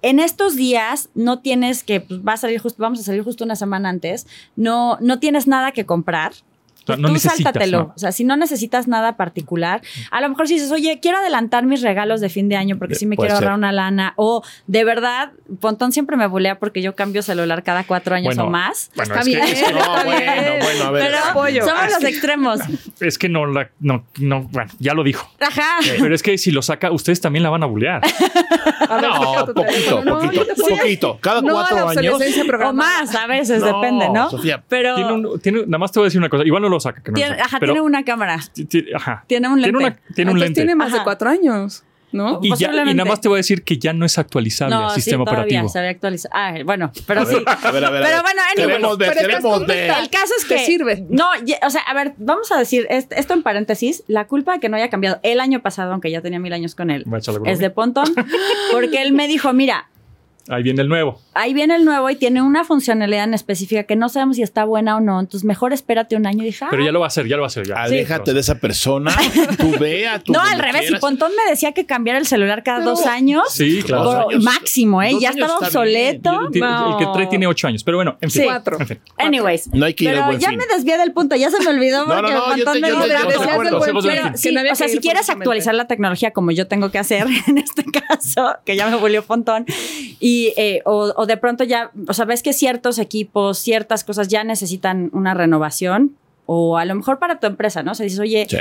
en estos días no tienes que, pues, va a salir justo, vamos a salir justo una semana antes, no, no tienes nada que comprar. O sea, pues, no tú necesitas, sáltatelo. ¿no? O sea, si no necesitas nada particular, a lo mejor si dices, oye, quiero adelantar mis regalos de fin de año porque Eh, sí me puede quiero ahorrar ser. una lana. O de verdad, Pontón siempre me bulea porque yo cambio celular cada cuatro años Bueno, o más. Bueno, Está es que- bien, es que- está no, bueno, bien. bueno, a ver. Pero apoyo. somos los extremos. es que no, la, no, no, bueno, ya lo dijo. Ajá. Pero es que si lo saca, ustedes también la van a bullear. A ver, saca No, tu poquito, teléfono. No, poquito, ahorita sí. poquito. Cada No a la cuatro años. obsolescencia O programada. más, a veces, No, pues depende, ¿no? Sofía, Pero Tiene un- tiene- nada más te voy a decir una cosa. Igual no lo saca. que no lo tiene, saca, ajá, pero tiene una cámara. ti- ti- ajá. Tiene un lente. Tiene, una- tiene un Entonces lente. tiene más Ajá. de cuatro años, ¿no? y, ya, y Posiblemente. nada más te voy a decir que ya no es actualizable No, el sí, sistema todavía operativo. se había actualizado. Ah, bueno, pero a sí. ver, eh, a ver, a ver. Pero bueno, anyway. Queremos ver, Pero estás queremos ver. contenta. El caso es que. Te sirve. No, ye- o sea, a ver, vamos a decir est- esto en paréntesis. La culpa de que no haya cambiado el año pasado, aunque ya tenía mil años con él, Voy a echar la culpa. es de Pontón. Porque él me dijo: Mira, Ahí viene el nuevo. ahí viene el nuevo y tiene una funcionalidad en específica que no sabemos si está buena o no. Entonces, mejor espérate un año. Y dije: "Ah, Pero ya lo va a hacer, ya lo va a hacer. Ya. Aléjate de esa persona. Tú vea, tú No, al revés. Y Pontón me decía que cambiara el celular cada dos años. Sí, claro. Dos Por- años. máximo, ¿eh? Dos Ya años estaba está bien. obsoleto. Y- y- El que trae tiene ocho años. Pero bueno, en fin. Sí. Cuatro. En fin. Anyways. No hay que ir pero al buen ya fin. me desvié del punto, ya se me olvidó No, no, porque no, yo Pontón te- me yo dijo te- yo te "Gracias, recuerdo, del buen hacemos fin". del Pero fin. sí, Que no había o sea, que si ir quieres forzosamente. actualizar la tecnología como yo tengo que hacer en este caso, que ya me volvió Pontón, y, eh, o, o de pronto ya, o sea, ves que ciertos equipos, ciertas cosas ya necesitan una renovación, o a lo mejor para tu empresa, ¿no? O sea, dices, oye, Sí.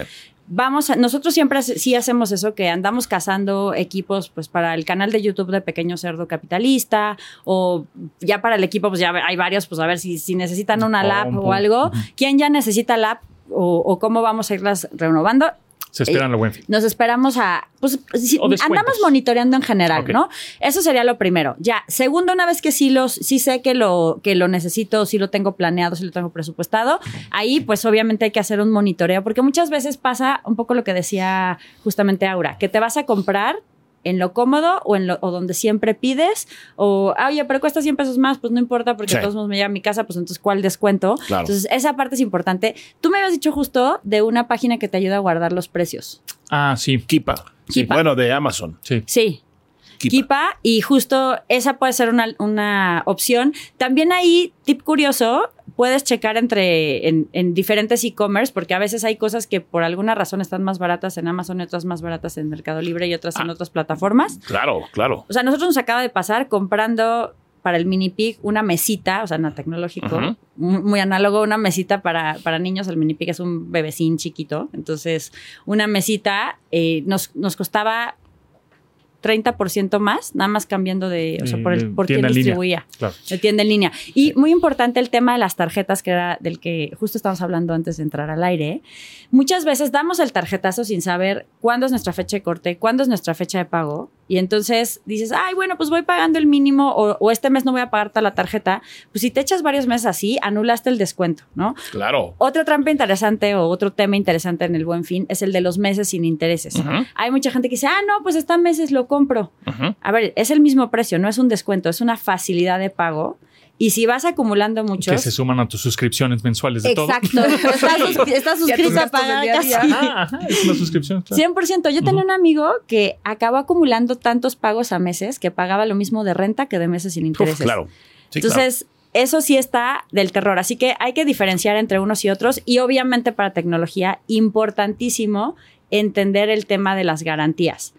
vamos a- nosotros siempre hace- sí hacemos eso que andamos cazando equipos pues para el canal de YouTube de Pequeño Cerdo Capitalista o ya para el equipo pues ya hay varios pues a ver si, si necesitan una Compu. lab o algo quién ya necesita lab o, o cómo vamos a irlas renovando Se esperan lo buen fin. nos esperamos a pues si- O descuentos. andamos monitoreando en general Ok. no eso sería lo primero ya segundo una vez que sí los sí sé que lo que lo necesito sí lo tengo planeado sí lo tengo presupuestado ahí pues obviamente hay que hacer un monitoreo porque muchas veces pasa un poco lo que decía justamente Aura que te vas a comprar en lo cómodo o en lo o donde siempre pides o "Ah, oye pero cuesta 100 pesos más pues no importa porque Sí. de todos modos me llega a mi casa pues entonces cuál descuento Claro. entonces esa parte es importante tú me habías dicho justo de una página que te ayuda a guardar los precios Ah, sí. Kipa. Sí, Kipa. Bueno, de Amazon. Sí. Sí. Kipa. Kipa. y justo esa puede ser una, una opción. También ahí, tip curioso, puedes checar entre en, en diferentes e-commerce, porque a veces hay cosas que por alguna razón están más baratas en Amazon y otras más baratas en Mercado Libre y otras en otras plataformas. Claro, claro. O sea, a nosotros nos acaba de pasar comprando para el mini pig una mesita, o sea, nada tecnológico, Ujú. muy, muy análogo, una mesita para, para niños. El mini pig es un bebecín chiquito. Entonces, una mesita eh, nos, nos costaba 30% más, nada más cambiando de, o sea, Eh, por, el, de por quién tienda en línea. distribuía, Claro. de tienda en línea. Y muy importante el tema de las tarjetas, que era del que justo estábamos hablando antes de entrar al aire. Muchas veces damos el tarjetazo sin saber cuándo es nuestra fecha de corte, cuándo es nuestra fecha de pago. Y entonces dices, ay, bueno, pues voy pagando el mínimo o, o este mes no voy a pagar toda la tarjeta. Pues si te echas varios meses así, anulaste el descuento, ¿no? Claro. Otra trampa interesante o otro tema interesante en el buen fin es el de los meses sin intereses. Ujú, Hay mucha gente que dice, ah, no, pues está meses lo compro. ujú. A ver, es el mismo precio, no es un descuento, es una facilidad de pago. Y si vas acumulando Que se muchos. suman a tus suscripciones mensuales de todo. Exacto. Estás sus- estás Y a tus suscrito a gastos del pagar día a casi. día. Ah, ajá, es una suscripción. claro. 100%. Yo tenía un amigo que acabó acumulando tantos pagos a meses que pagaba lo mismo de renta que de meses sin Uf, intereses. claro. Sí, claro. Entonces, eso sí está del terror. Así que hay que diferenciar entre unos y otros. Y obviamente para tecnología, importantísimo entender el tema de las garantías.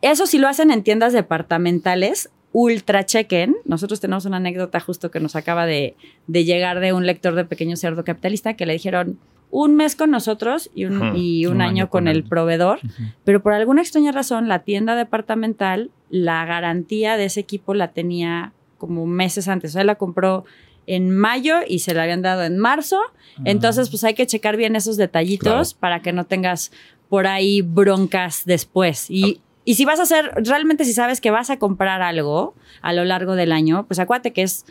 Eso si lo hacen en tiendas departamentales, ultra chequen. Nosotros tenemos una anécdota justo que nos acaba de, de llegar de un lector de Pequeño Cerdo Capitalista que le dijeron un mes con nosotros y un, Ujú. y un Un año, año con, con el él. proveedor Ujú. pero por alguna extraña razón la tienda departamental, la garantía de ese equipo la tenía como meses antes. O sea, la compró en mayo y se la habían dado en marzo. Entonces, pues hay que checar bien esos detallitos para que no tengas por ahí broncas después. Y, y si vas a hacer, realmente si sabes que vas a comprar algo a lo largo del año, pues acuérdate que es...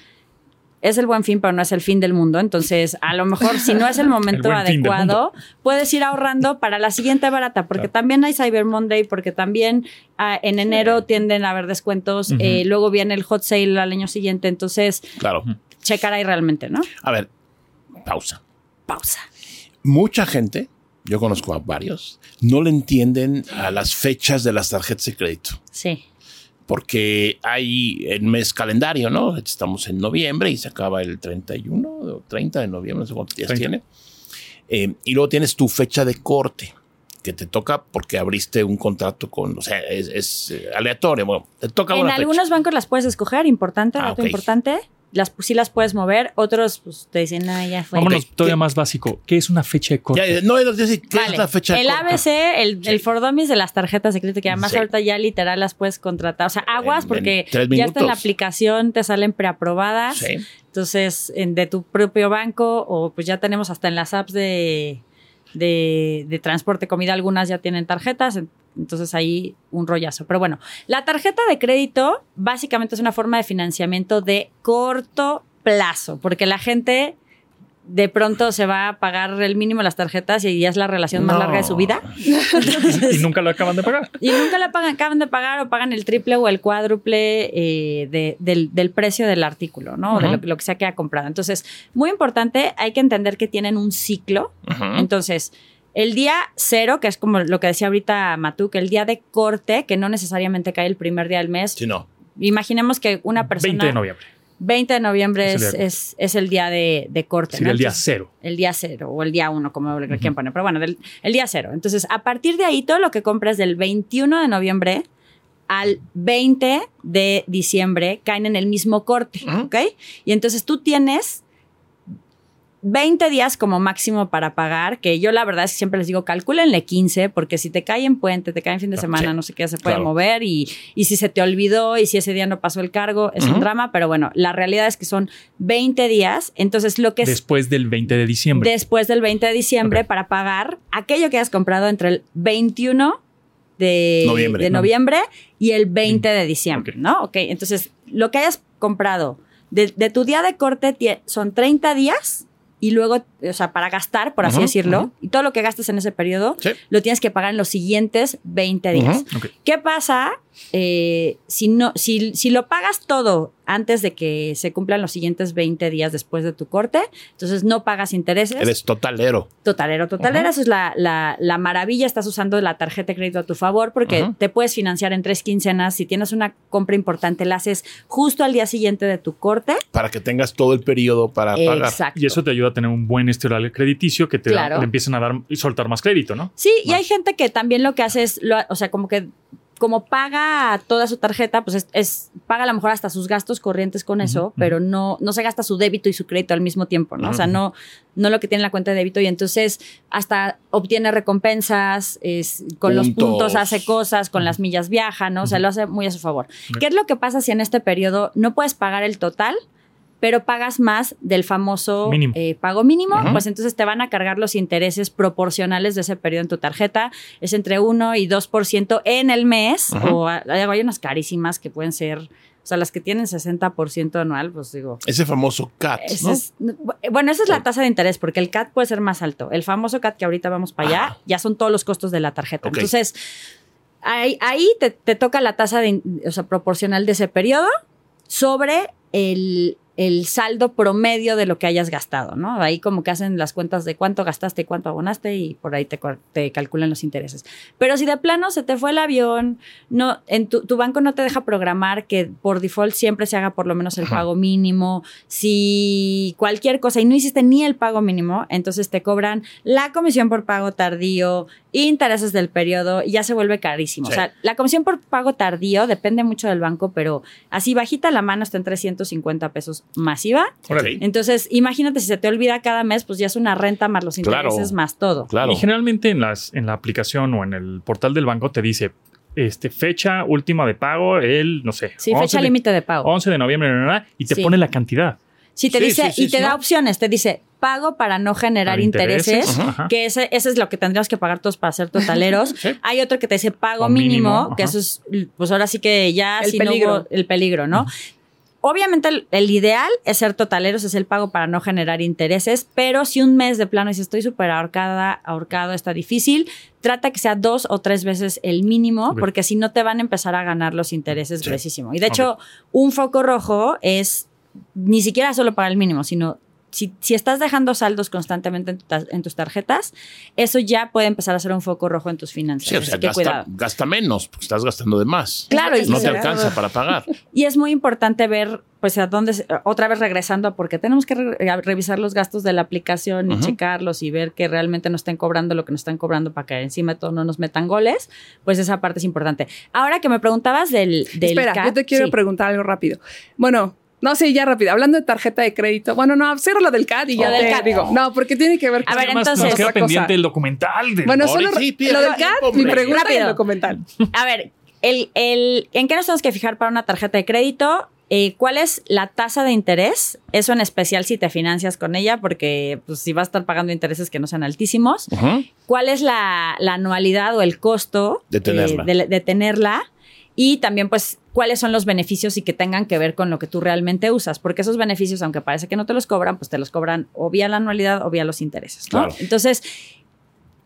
Es el buen fin, pero no es el fin del mundo. Entonces, a lo mejor si no es el momento buen fin del adecuado, puedes ir ahorrando para la siguiente barata, porque Claro. también hay Cyber Monday, porque también ah, en enero tienden a haber descuentos, Ujú. eh, luego viene el hot sale al año siguiente, entonces Claro. checar ahí realmente, ¿no? A ver, pausa. Pausa. Mucha gente, yo conozco a varios, no le entienden a las fechas de las tarjetas de crédito. Sí. porque hay el mes calendario, ¿no? Estamos en noviembre y se acaba el 31 o 30 de noviembre, no sé cuántos días 30. tiene. Eh, y luego tienes tu fecha de corte que te toca porque abriste un contrato con, o sea, es, es, eh, aleatorio, bueno, te toca En una fecha. algunos bancos las puedes escoger, importante, Ah, dato ok. importante. las, pues, sí las puedes mover, otros pues, te dicen, no, ya fue. Vámonos Ok, todavía ¿qué- más básico. ¿Qué es una fecha de corte? Ya, no, es decir, ¿qué Vale, es la fecha? el corta? ABC, el, el Fordomis de las tarjetas de crédito, que además Sí. ahorita ya literal las puedes contratar. O sea, En- aguas en porque tres ya está en la minutos. aplicación, te salen preaprobadas. Sí. Entonces, en- de tu propio banco o pues ya tenemos hasta en las apps de, de, de transporte comida, algunas ya tienen tarjetas, en- entonces ahí un rollazo. Pero bueno, la tarjeta de crédito básicamente es una forma de financiamiento de corto plazo, porque la gente de pronto se va a pagar el mínimo las tarjetas y ya es la relación más No. larga de su vida. y nunca lo acaban de pagar. Y nunca la pagan, acaban de pagar o pagan el triple o el cuádruple eh, de- del, del precio del artículo, ¿no? O De Ajá. lo, lo que sea que ha comprado. Entonces, muy importante, hay que entender que tienen un ciclo. Ujú. Entonces, el día cero, que es como lo que decía ahorita Matú, que el día de corte, que no necesariamente cae el primer día del mes. Sí, no. Imaginemos que una persona... 20 de noviembre. 20 de noviembre Es el es, día de es- es el día de, de corte. Sería ¿no? el día Entonces, cero. el día cero o el día uno, como lo quieran poner, pero bueno, del- el día cero. Entonces, a partir de ahí, todo lo que compras del 21 de noviembre al 20 de diciembre caen en el mismo corte, Ujú. ¿ok? Y entonces tú tienes 20 días como máximo para pagar, que yo la verdad es que siempre les digo, calcúlenle 15, porque si te cae en puente, te cae en fin de semana, Ah, sí. no sé qué, se puede Claro. mover y, y si se te olvidó y si ese día no pasó el cargo, es Ujú. un drama, pero bueno, la realidad es que son 20 días, entonces lo que es Después del 20 de diciembre. después del 20 de diciembre Ok. para pagar aquello que has comprado entre el 21 de Noviembre. de noviembre y el 20 de diciembre, Ok. ¿no? Ok, entonces lo que hayas comprado de, de tu día de corte tie- son 30 días y luego, o sea, para gastar, por así Ujú, decirlo, ujú. y todo lo que gastes en ese periodo Sí. lo tienes que pagar en los siguientes 20 días. Ok. ¿Qué pasa eh, si, no, si, si lo pagas todo antes de que se cumplan los siguientes 20 días después de tu corte? Entonces no pagas intereses. Eres totalero. Totalero, totalera, eso es la, la- la maravilla. Estás usando la tarjeta de crédito a tu favor porque Ujú. te puedes financiar en tres quincenas. Si tienes una compra importante, la haces justo al día siguiente de tu corte. Para que tengas todo el periodo para pagar. Exacto. Y eso te ayuda a tener un buen historial crediticio que te da- Claro. le empiezan a dar y soltar más crédito, ¿no? Sí, y hay gente que también lo que hace es, lo- o sea, como que como paga toda su tarjeta, pues es, es- paga a lo mejor hasta sus gastos corrientes con eso, ujú. pero no, no se gasta su débito y su crédito al mismo tiempo, ¿no? O sea, Ujú. no, no lo que tiene en la cuenta de débito y entonces hasta obtiene recompensas, es, con los Puntos. puntos hace cosas, con las millas viaja, ¿no? O sea, Ujú. lo hace muy a su favor. Ok. ¿Qué es lo que pasa si en este periodo no puedes pagar el total? pero pagas más del famoso Mínimo. eh, pago mínimo, Ajá. pues entonces te van a cargar los intereses proporcionales de ese periodo en tu tarjeta. Es entre 1 y 2% en el mes, Ajá. o a- hay unas carísimas que pueden ser, o sea, las que tienen 60% anual, pues digo. Ese famoso CAT. ese ¿no? es- eh, bueno, esa es la tasa de interés, porque el CAT puede ser más alto. El famoso CAT que ahorita vamos para allá, Ajá. ya son todos los costos de la tarjeta. Ok. Entonces, ahí, ahí te, te toca la tasa de, in- o sea, proporcional de ese periodo sobre el, el saldo promedio de lo que hayas gastado, ¿no? Ahí como que hacen las cuentas de cuánto gastaste, cuánto abonaste y por ahí te, cor- te calculan los intereses. Pero si de plano se te fue el avión, no, en tu, tu banco no te deja programar que por default siempre se haga por lo menos el Ajá. pago mínimo, si cualquier cosa y no hiciste ni el pago mínimo, entonces te cobran la comisión por pago tardío, intereses del periodo y ya se vuelve carísimo. Sí. O sea, la comisión por pago tardío depende mucho del banco, pero así bajita la mano está en 350 pesos masiva. Órale. Entonces, imagínate si se te olvida cada mes, pues ya es una renta más los Claro. intereses más todo. Claro. Y generalmente en, las, en la aplicación o en el portal del banco te dice este, fecha última de pago, el, no sé, Sí, 11 fecha de- límite de pago. 11 de noviembre, na, na, na, y te Sí. pone la cantidad. Si te Oh, Sí, dice, sí, sí, y te sí. da opciones, te dice pago para no generar Para intereses, intereses, ajá. que ese, ese es lo que tendríamos que pagar todos para ser totaleros. Sí. Hay otro que te dice pago O mínimo, mínimo, ajá. que eso es, pues ahora sí que ya El si no peligro. hubo el peligro, ¿no? Obviamente el, el ideal es ser totaleros, es el pago para no generar intereses, pero si un mes de plano y si estoy súper ahorcada, ahorcado, está difícil, trata que sea dos o tres veces el mínimo, Ok. porque si no te van a empezar a ganar los intereses Sí. gruesísimo. Y de hecho, un foco rojo es ni siquiera solo para el mínimo, sino si, si estás dejando saldos constantemente en, tu ta- en tus tarjetas, eso ya puede empezar a ser un foco rojo en tus finanzas. Sí, o Así sea, que gasta, cuidado. gasta menos, porque estás gastando de más. Claro, y, No te Sí. alcanza para pagar. y es muy importante ver, pues, a dónde, se- otra vez regresando, porque tenemos que re- a revisar los gastos de la aplicación y Ujú. checarlos y ver que realmente nos estén cobrando lo que nos están cobrando para que encima de todo no nos metan goles, pues esa parte es importante. Ahora que me preguntabas del... del Espera, CAT, yo te quiero sí. preguntar algo rápido. Bueno, No, sí, ya rápido. Hablando de tarjeta de crédito. Bueno, no, cierro la del CAD y ya Oh. te Del CAD. digo. No, porque tiene que ver A ver, Además, nos entonces- queda otra cosa. pendiente el documental. de- Bueno, Ahora solo sí, re- pierde lo del tiempo, CAD, hombre. mi pregunta Rápido. y el documental. A ver, el, el- ¿en qué nos tenemos que fijar para una tarjeta de crédito? Eh, ¿Cuál es la tasa de interés? Eso en especial si te financias con ella, porque pues, si vas a estar pagando intereses que no sean altísimos. Ujú. ¿Cuál es la, la anualidad o el costo De tenerla. eh, de, de tenerla? Y también, pues, cuáles son los beneficios y que tengan que ver con lo que tú realmente usas. Porque esos beneficios, aunque parece que no te los cobran, pues te los cobran o vía la anualidad o vía los intereses. ¿no? Claro. Entonces,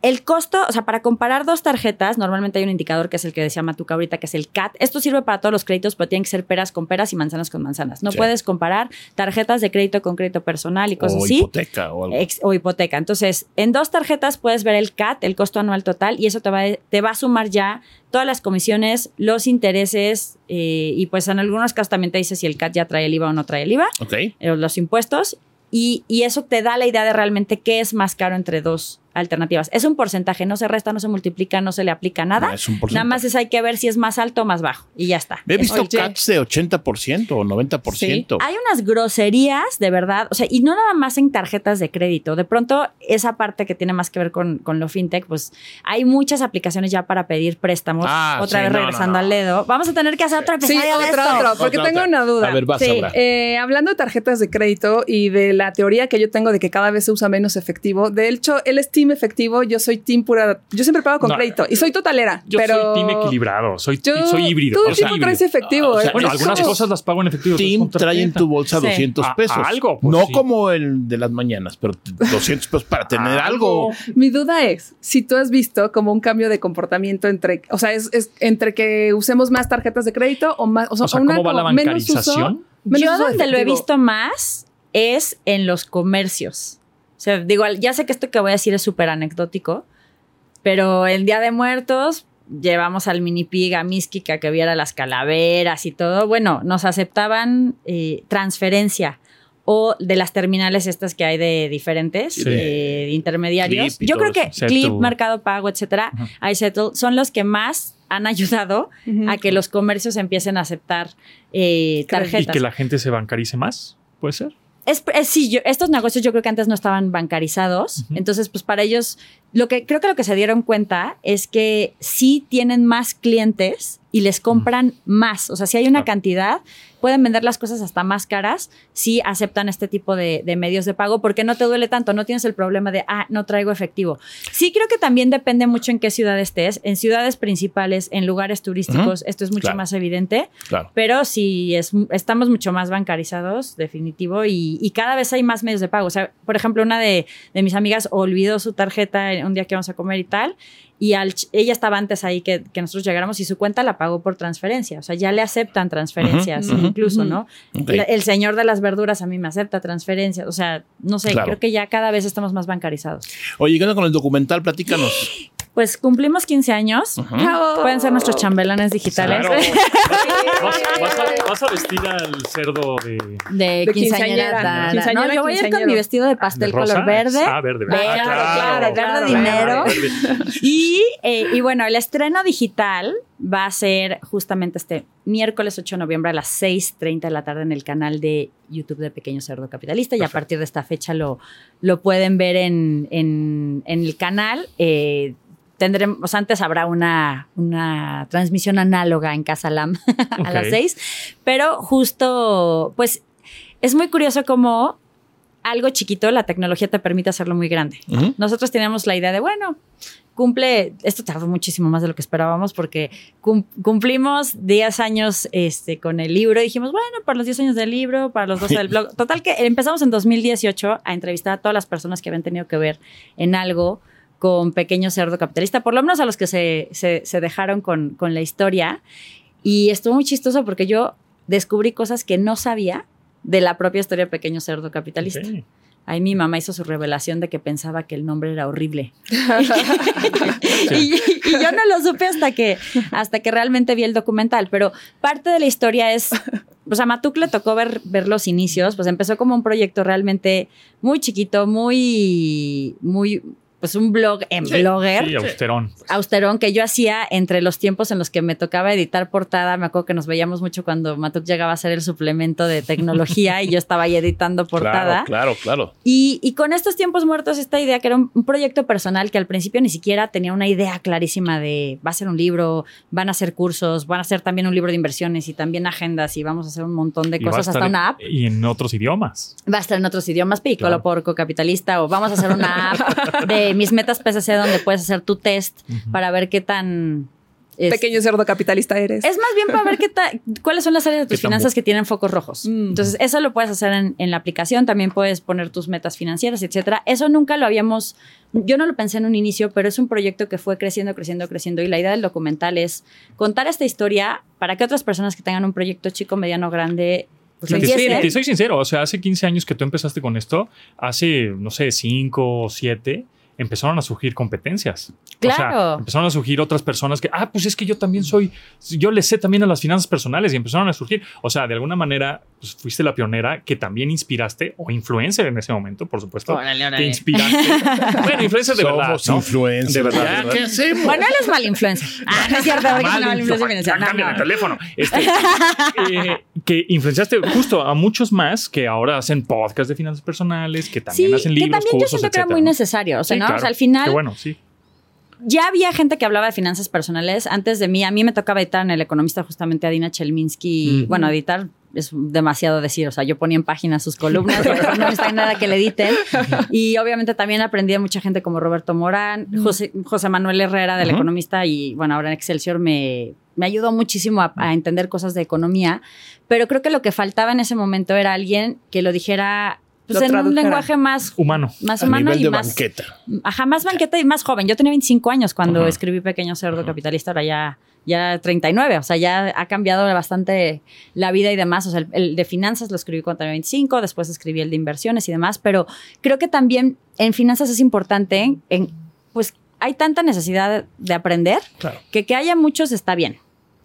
el costo, o sea, para comparar dos tarjetas, normalmente hay un indicador que es el que decía Matuca ahorita, que es el CAT. Esto sirve para todos los créditos, pero tienen que ser peras con peras y manzanas con manzanas. No Sí. puedes comparar tarjetas de crédito con crédito personal y cosas o así. Eh, hipoteca o algo. Ex- o hipoteca. Entonces, en dos tarjetas puedes ver el CAT, el costo anual total, y eso te va, te va a sumar ya todas las comisiones, los intereses, eh, y pues en algunos casos también te dice si el CAT ya trae el IVA o no trae el IVA, ok. eh, los impuestos, y, y eso te da la idea de realmente qué es más caro entre dos alternativas. Es un porcentaje, no se resta, no se multiplica, no se le aplica No, nada. es un porcentaje. Nada más es hay que ver si es más alto o más bajo, y ya está. He Es- visto Oye. cats de 80% o 90%. hay unas groserías, de verdad, o sea, y no nada más en tarjetas de crédito. De pronto, esa parte que tiene más que ver con, con lo fintech, pues hay muchas aplicaciones ya para pedir préstamos. Ah, Otra sí, vez no, regresando no, no. al Ledo. Vamos a tener que hacer otro Sí, episodio de otro, esto. otro, porque Otra, tengo otra. una duda. A ver, vas Sí. a hablar. Eh, hablando de tarjetas de crédito y de la teoría que yo tengo de que cada vez se usa menos efectivo, de hecho, él es team efectivo, yo soy team pura. Yo siempre pago con No. crédito y soy totalera. Yo pero soy team equilibrado, soy, Yo- soy híbrido. Todo o el sea, tiempo híbrido. traes efectivo. Ah, o sea, ¿eh? Bueno, Es algunas como- cosas las pago en efectivo. otras Tim con trae en tarjeta. tu bolsa Sí. 200 A- pesos. algo, pues, no sí. como el de las mañanas, pero 200 pesos para tener algo. Mi duda es si tú has visto como un cambio de comportamiento entre, o sea, es, es entre que usemos más tarjetas de crédito o más, o sea, O sea, una ¿cómo va la como menos bancarización? uso, menos Yo uso de donde lo he efectivo. visto más es en los comercios. O sea, digo, ya sé que esto que voy a decir es súper anecdótico, pero el Día de Muertos llevamos al mini pig a Mísquica que viera las calaveras y todo. Bueno, nos aceptaban eh, transferencia o de las terminales estas que hay de diferentes Sí. eh, de intermediarios. Clip y Yo todo creo que eso. Settle. Clip, Mercado Pago, etcétera, Ajá. iSettle, son los que más han ayudado Ujú. a que los comercios empiecen a aceptar eh, tarjetas. Y que la gente se bancarice más, puede ser. Es, es- sí, yo- estos negocios yo creo que antes no estaban bancarizados, Ujú. entonces pues para ellos lo que creo que lo que se dieron cuenta es que sí tienen más clientes y les compran más, o sea, si hay una Claro. cantidad pueden vender las cosas hasta más caras si aceptan este tipo de, de medios de pago porque no te duele tanto, no tienes el problema de ah no traigo efectivo. Sí creo que también depende mucho en qué ciudad estés, en ciudades principales, en lugares turísticos esto es mucho Claro. más evidente. Claro. Pero sí, es, estamos mucho más bancarizados, definitivo, y, y cada vez hay más medios de pago. O sea, por ejemplo, una de, de mis amigas olvidó su tarjeta en un día que íbamos a comer y tal, y al ch- ella estaba antes ahí que, que nosotros llegáramos y su cuenta la pagó por transferencia. O sea, ya le aceptan transferencias, Ujú, ujú, incluso, ujú. ¿no? Ok. La- el señor de las verduras a mí me acepta transferencias. O sea, no sé, Claro. creo que ya cada vez estamos más bancarizados. Oye, ¿qué onda con el documental? Platícanos. Pues cumplimos 15 años. ¿Mm? Bravo. Pueden ser nuestros chambelanes digitales Claro. Vas, vas a, vas a vestir al cerdo de, de, quinceañera. Ah. De quinceañera. da, da. Quinceañera, no, yo voy a ir con quinceañero. mi vestido de de pastel rosa. color verde. Ah, verde, verde. Verde, Ah, claro, verde dinero. Y, eh, y bueno, el estreno digital va a ser justamente este miércoles 8 de noviembre a las 6.30 de la tarde en el canal de YouTube de Pequeño Cerdo Capitalista. Y a partir de esta fecha lo, lo pueden ver en, en- en el canal. Eh, tendremos, antes habrá una, una transmisión análoga en Casa Lam a Ok. las 6, pero justo, pues es muy curioso cómo algo chiquito, la tecnología te permite hacerlo muy grande. Ujú. Nosotros teníamos la idea de, bueno, cumple, esto tardó muchísimo más de lo que esperábamos porque cum- cumplimos 10 años este, con el libro. Dijimos, bueno, para los 10 años del libro, para los 12 del blog. Total que empezamos en 2018 a entrevistar a todas las personas que habían tenido que ver en algo con Pequeño Cerdo Capitalista, por lo menos a los que se, se- se dejaron con, con la historia. Y estuvo muy chistoso porque yo descubrí cosas que no sabía de la propia historia de Pequeño Cerdo Capitalista. Ok. Ahí mi mamá hizo su revelación de que pensaba que el nombre era horrible. y, y yo no lo supe hasta que, hasta que realmente vi el documental. Pero parte de la historia es. Pues a Matuk le tocó ver, ver los inicios. Pues empezó como un proyecto realmente muy chiquito, muy, muy, pues un blog en blogger. Sí, austerón. austerón que yo hacía entre los tiempos en los que me tocaba editar portada. Me acuerdo que nos veíamos mucho cuando Matuk llegaba a hacer el suplemento de tecnología y yo estaba ahí editando portada. Claro, claro, claro. Y, y con estos tiempos muertos, esta idea que era un, un proyecto personal que al principio ni siquiera tenía una idea clarísima de va a ser un libro, van a hacer cursos, van a hacer también un libro de inversiones y también agendas y vamos a hacer un montón de Y va a cosas, hasta estar- una app. Y en otros idiomas. Va a estar en otros idiomas, Piccolo Claro. Porco Capitalista, o vamos a hacer una app de mis metas PSC donde puedes hacer tu test para ver qué tan. es- Pequeño cerdo capitalista eres. Es más bien para ver qué ta- cuáles son las áreas de tus Qué tan finanzas bu- que tienen focos rojos. Mm. Entonces, eso lo puedes hacer en, en la aplicación. También puedes poner tus metas financieras, etcétera. Eso nunca lo habíamos. Yo no lo pensé en un inicio, pero es un proyecto que fue creciendo, creciendo, creciendo. Y la idea del documental es contar esta historia para que otras personas que tengan un proyecto chico, mediano, grande, pues lo Y te, empiecen. y te soy sincero, o sea, hace 15 años que tú empezaste con esto, hace, no sé, 5 o 7, empezaron a surgir competencias. O Claro. sea, empezaron a surgir otras personas que, ah, pues es que yo también soy, yo le sé también a las finanzas personales y empezaron a surgir. O sea, de alguna manera, pues, fuiste la pionera que también inspiraste, o influencer en ese momento, por supuesto. Órale, Que órale. inspiraste. bueno, influencer de verdad. Somos ¿no? influencers. De verdad, de Ya, verdad. ¿Qué hacemos? Bueno, él es mal influencer. Ah, no es cierto, porque es Mal una mal influencer influencer. financiera. Ya, No, cámbiale no. el teléfono. Este, eh, que influenciaste justo a muchos más que ahora hacen podcast de finanzas personales, que también Sí, hacen libros, que también yo cursos, siento que era etcétera, muy ¿no? necesario. O sea, Sí, ¿no? claro. O sea, al final Qué bueno, sí. ya había gente que hablaba de finanzas personales antes de mí. A mí me tocaba editar en El Economista justamente a Dina Chelminsky. Mm. Bueno, editar es demasiado decir. O sea, yo ponía en página sus columnas. pero no está en nada que le editen. Y obviamente también aprendí a mucha gente como Roberto Morán, José, José Manuel Herrera del Ujú. Economista y bueno, ahora en Excelsior me, me ayudó muchísimo a, a entender cosas de economía. Pero creo que lo que faltaba en ese momento era alguien que lo dijera pues, Lo en un tradujera. lenguaje más... Humano. Más a humano nivel y de más banqueta. Ajá, más banqueta y más joven. Yo tenía 25 años cuando Ajá. escribí Pequeño Cerdo Capitalista, ahora ya, ya 39. O sea, ya ha cambiado bastante la vida y demás. O sea, el, el de finanzas lo escribí cuando tenía 25, después escribí el de inversiones y demás. Pero creo que también en finanzas es importante, en, pues hay tanta necesidad de aprender Claro. que que haya muchos está bien.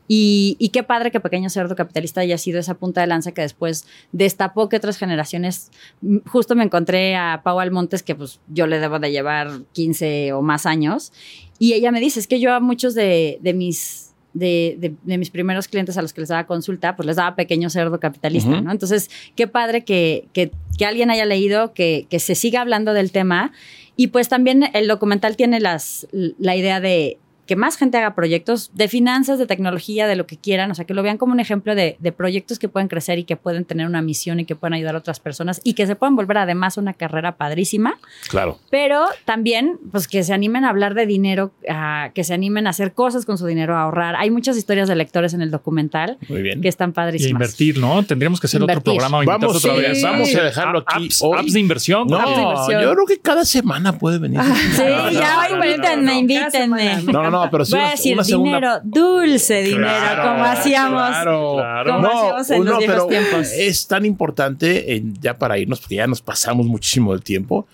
Y, y qué padre que Pequeño Cerdo Capitalista haya sido esa punta de lanza que después destapó que otras generaciones. Mm, Justo me encontré a Pau Almontes, que pues yo le debo de llevar 15 o más años, y ella me dice, es que yo a muchos de, de mis... De, de- de mis primeros clientes a los que les daba consulta, pues les daba pequeño cerdo capitalista, Ujú. ¿no? Entonces, qué padre que, que- que alguien haya leído, que, que se siga hablando del tema. Y pues también el documental tiene las, la idea de, que más gente haga proyectos de finanzas, de tecnología, de lo que quieran, o sea, que lo vean como un ejemplo de, de proyectos que pueden crecer y que pueden tener una misión y que pueden ayudar a otras personas y que se pueden volver además una carrera padrísima, Claro. pero también pues que se animen a hablar de dinero, a- que se animen a hacer cosas con su dinero, a ahorrar. Hay muchas historias de lectores en el documental Muy bien. que están Y padrísimas. invertir, ¿no? Tendríamos que hacer otro Invertir. programa. o invitarse Vamos, otra sí, vez. vamos a dejarlo Ah, aquí Apps, hoy. apps de inversión. apps de No, inversión. yo creo que cada semana puede venir. Sí, No, no, ya, no, no, invítenme, no, invítenme. No, no, no, pero sí. Voy a una- decir una segunda- dinero, dulce dinero, Claro, como hacíamos. Claro, claro. Como hacíamos en los viejos tiempos. Es tan importante, eh, ya para irnos, porque ya nos pasamos muchísimo del tiempo,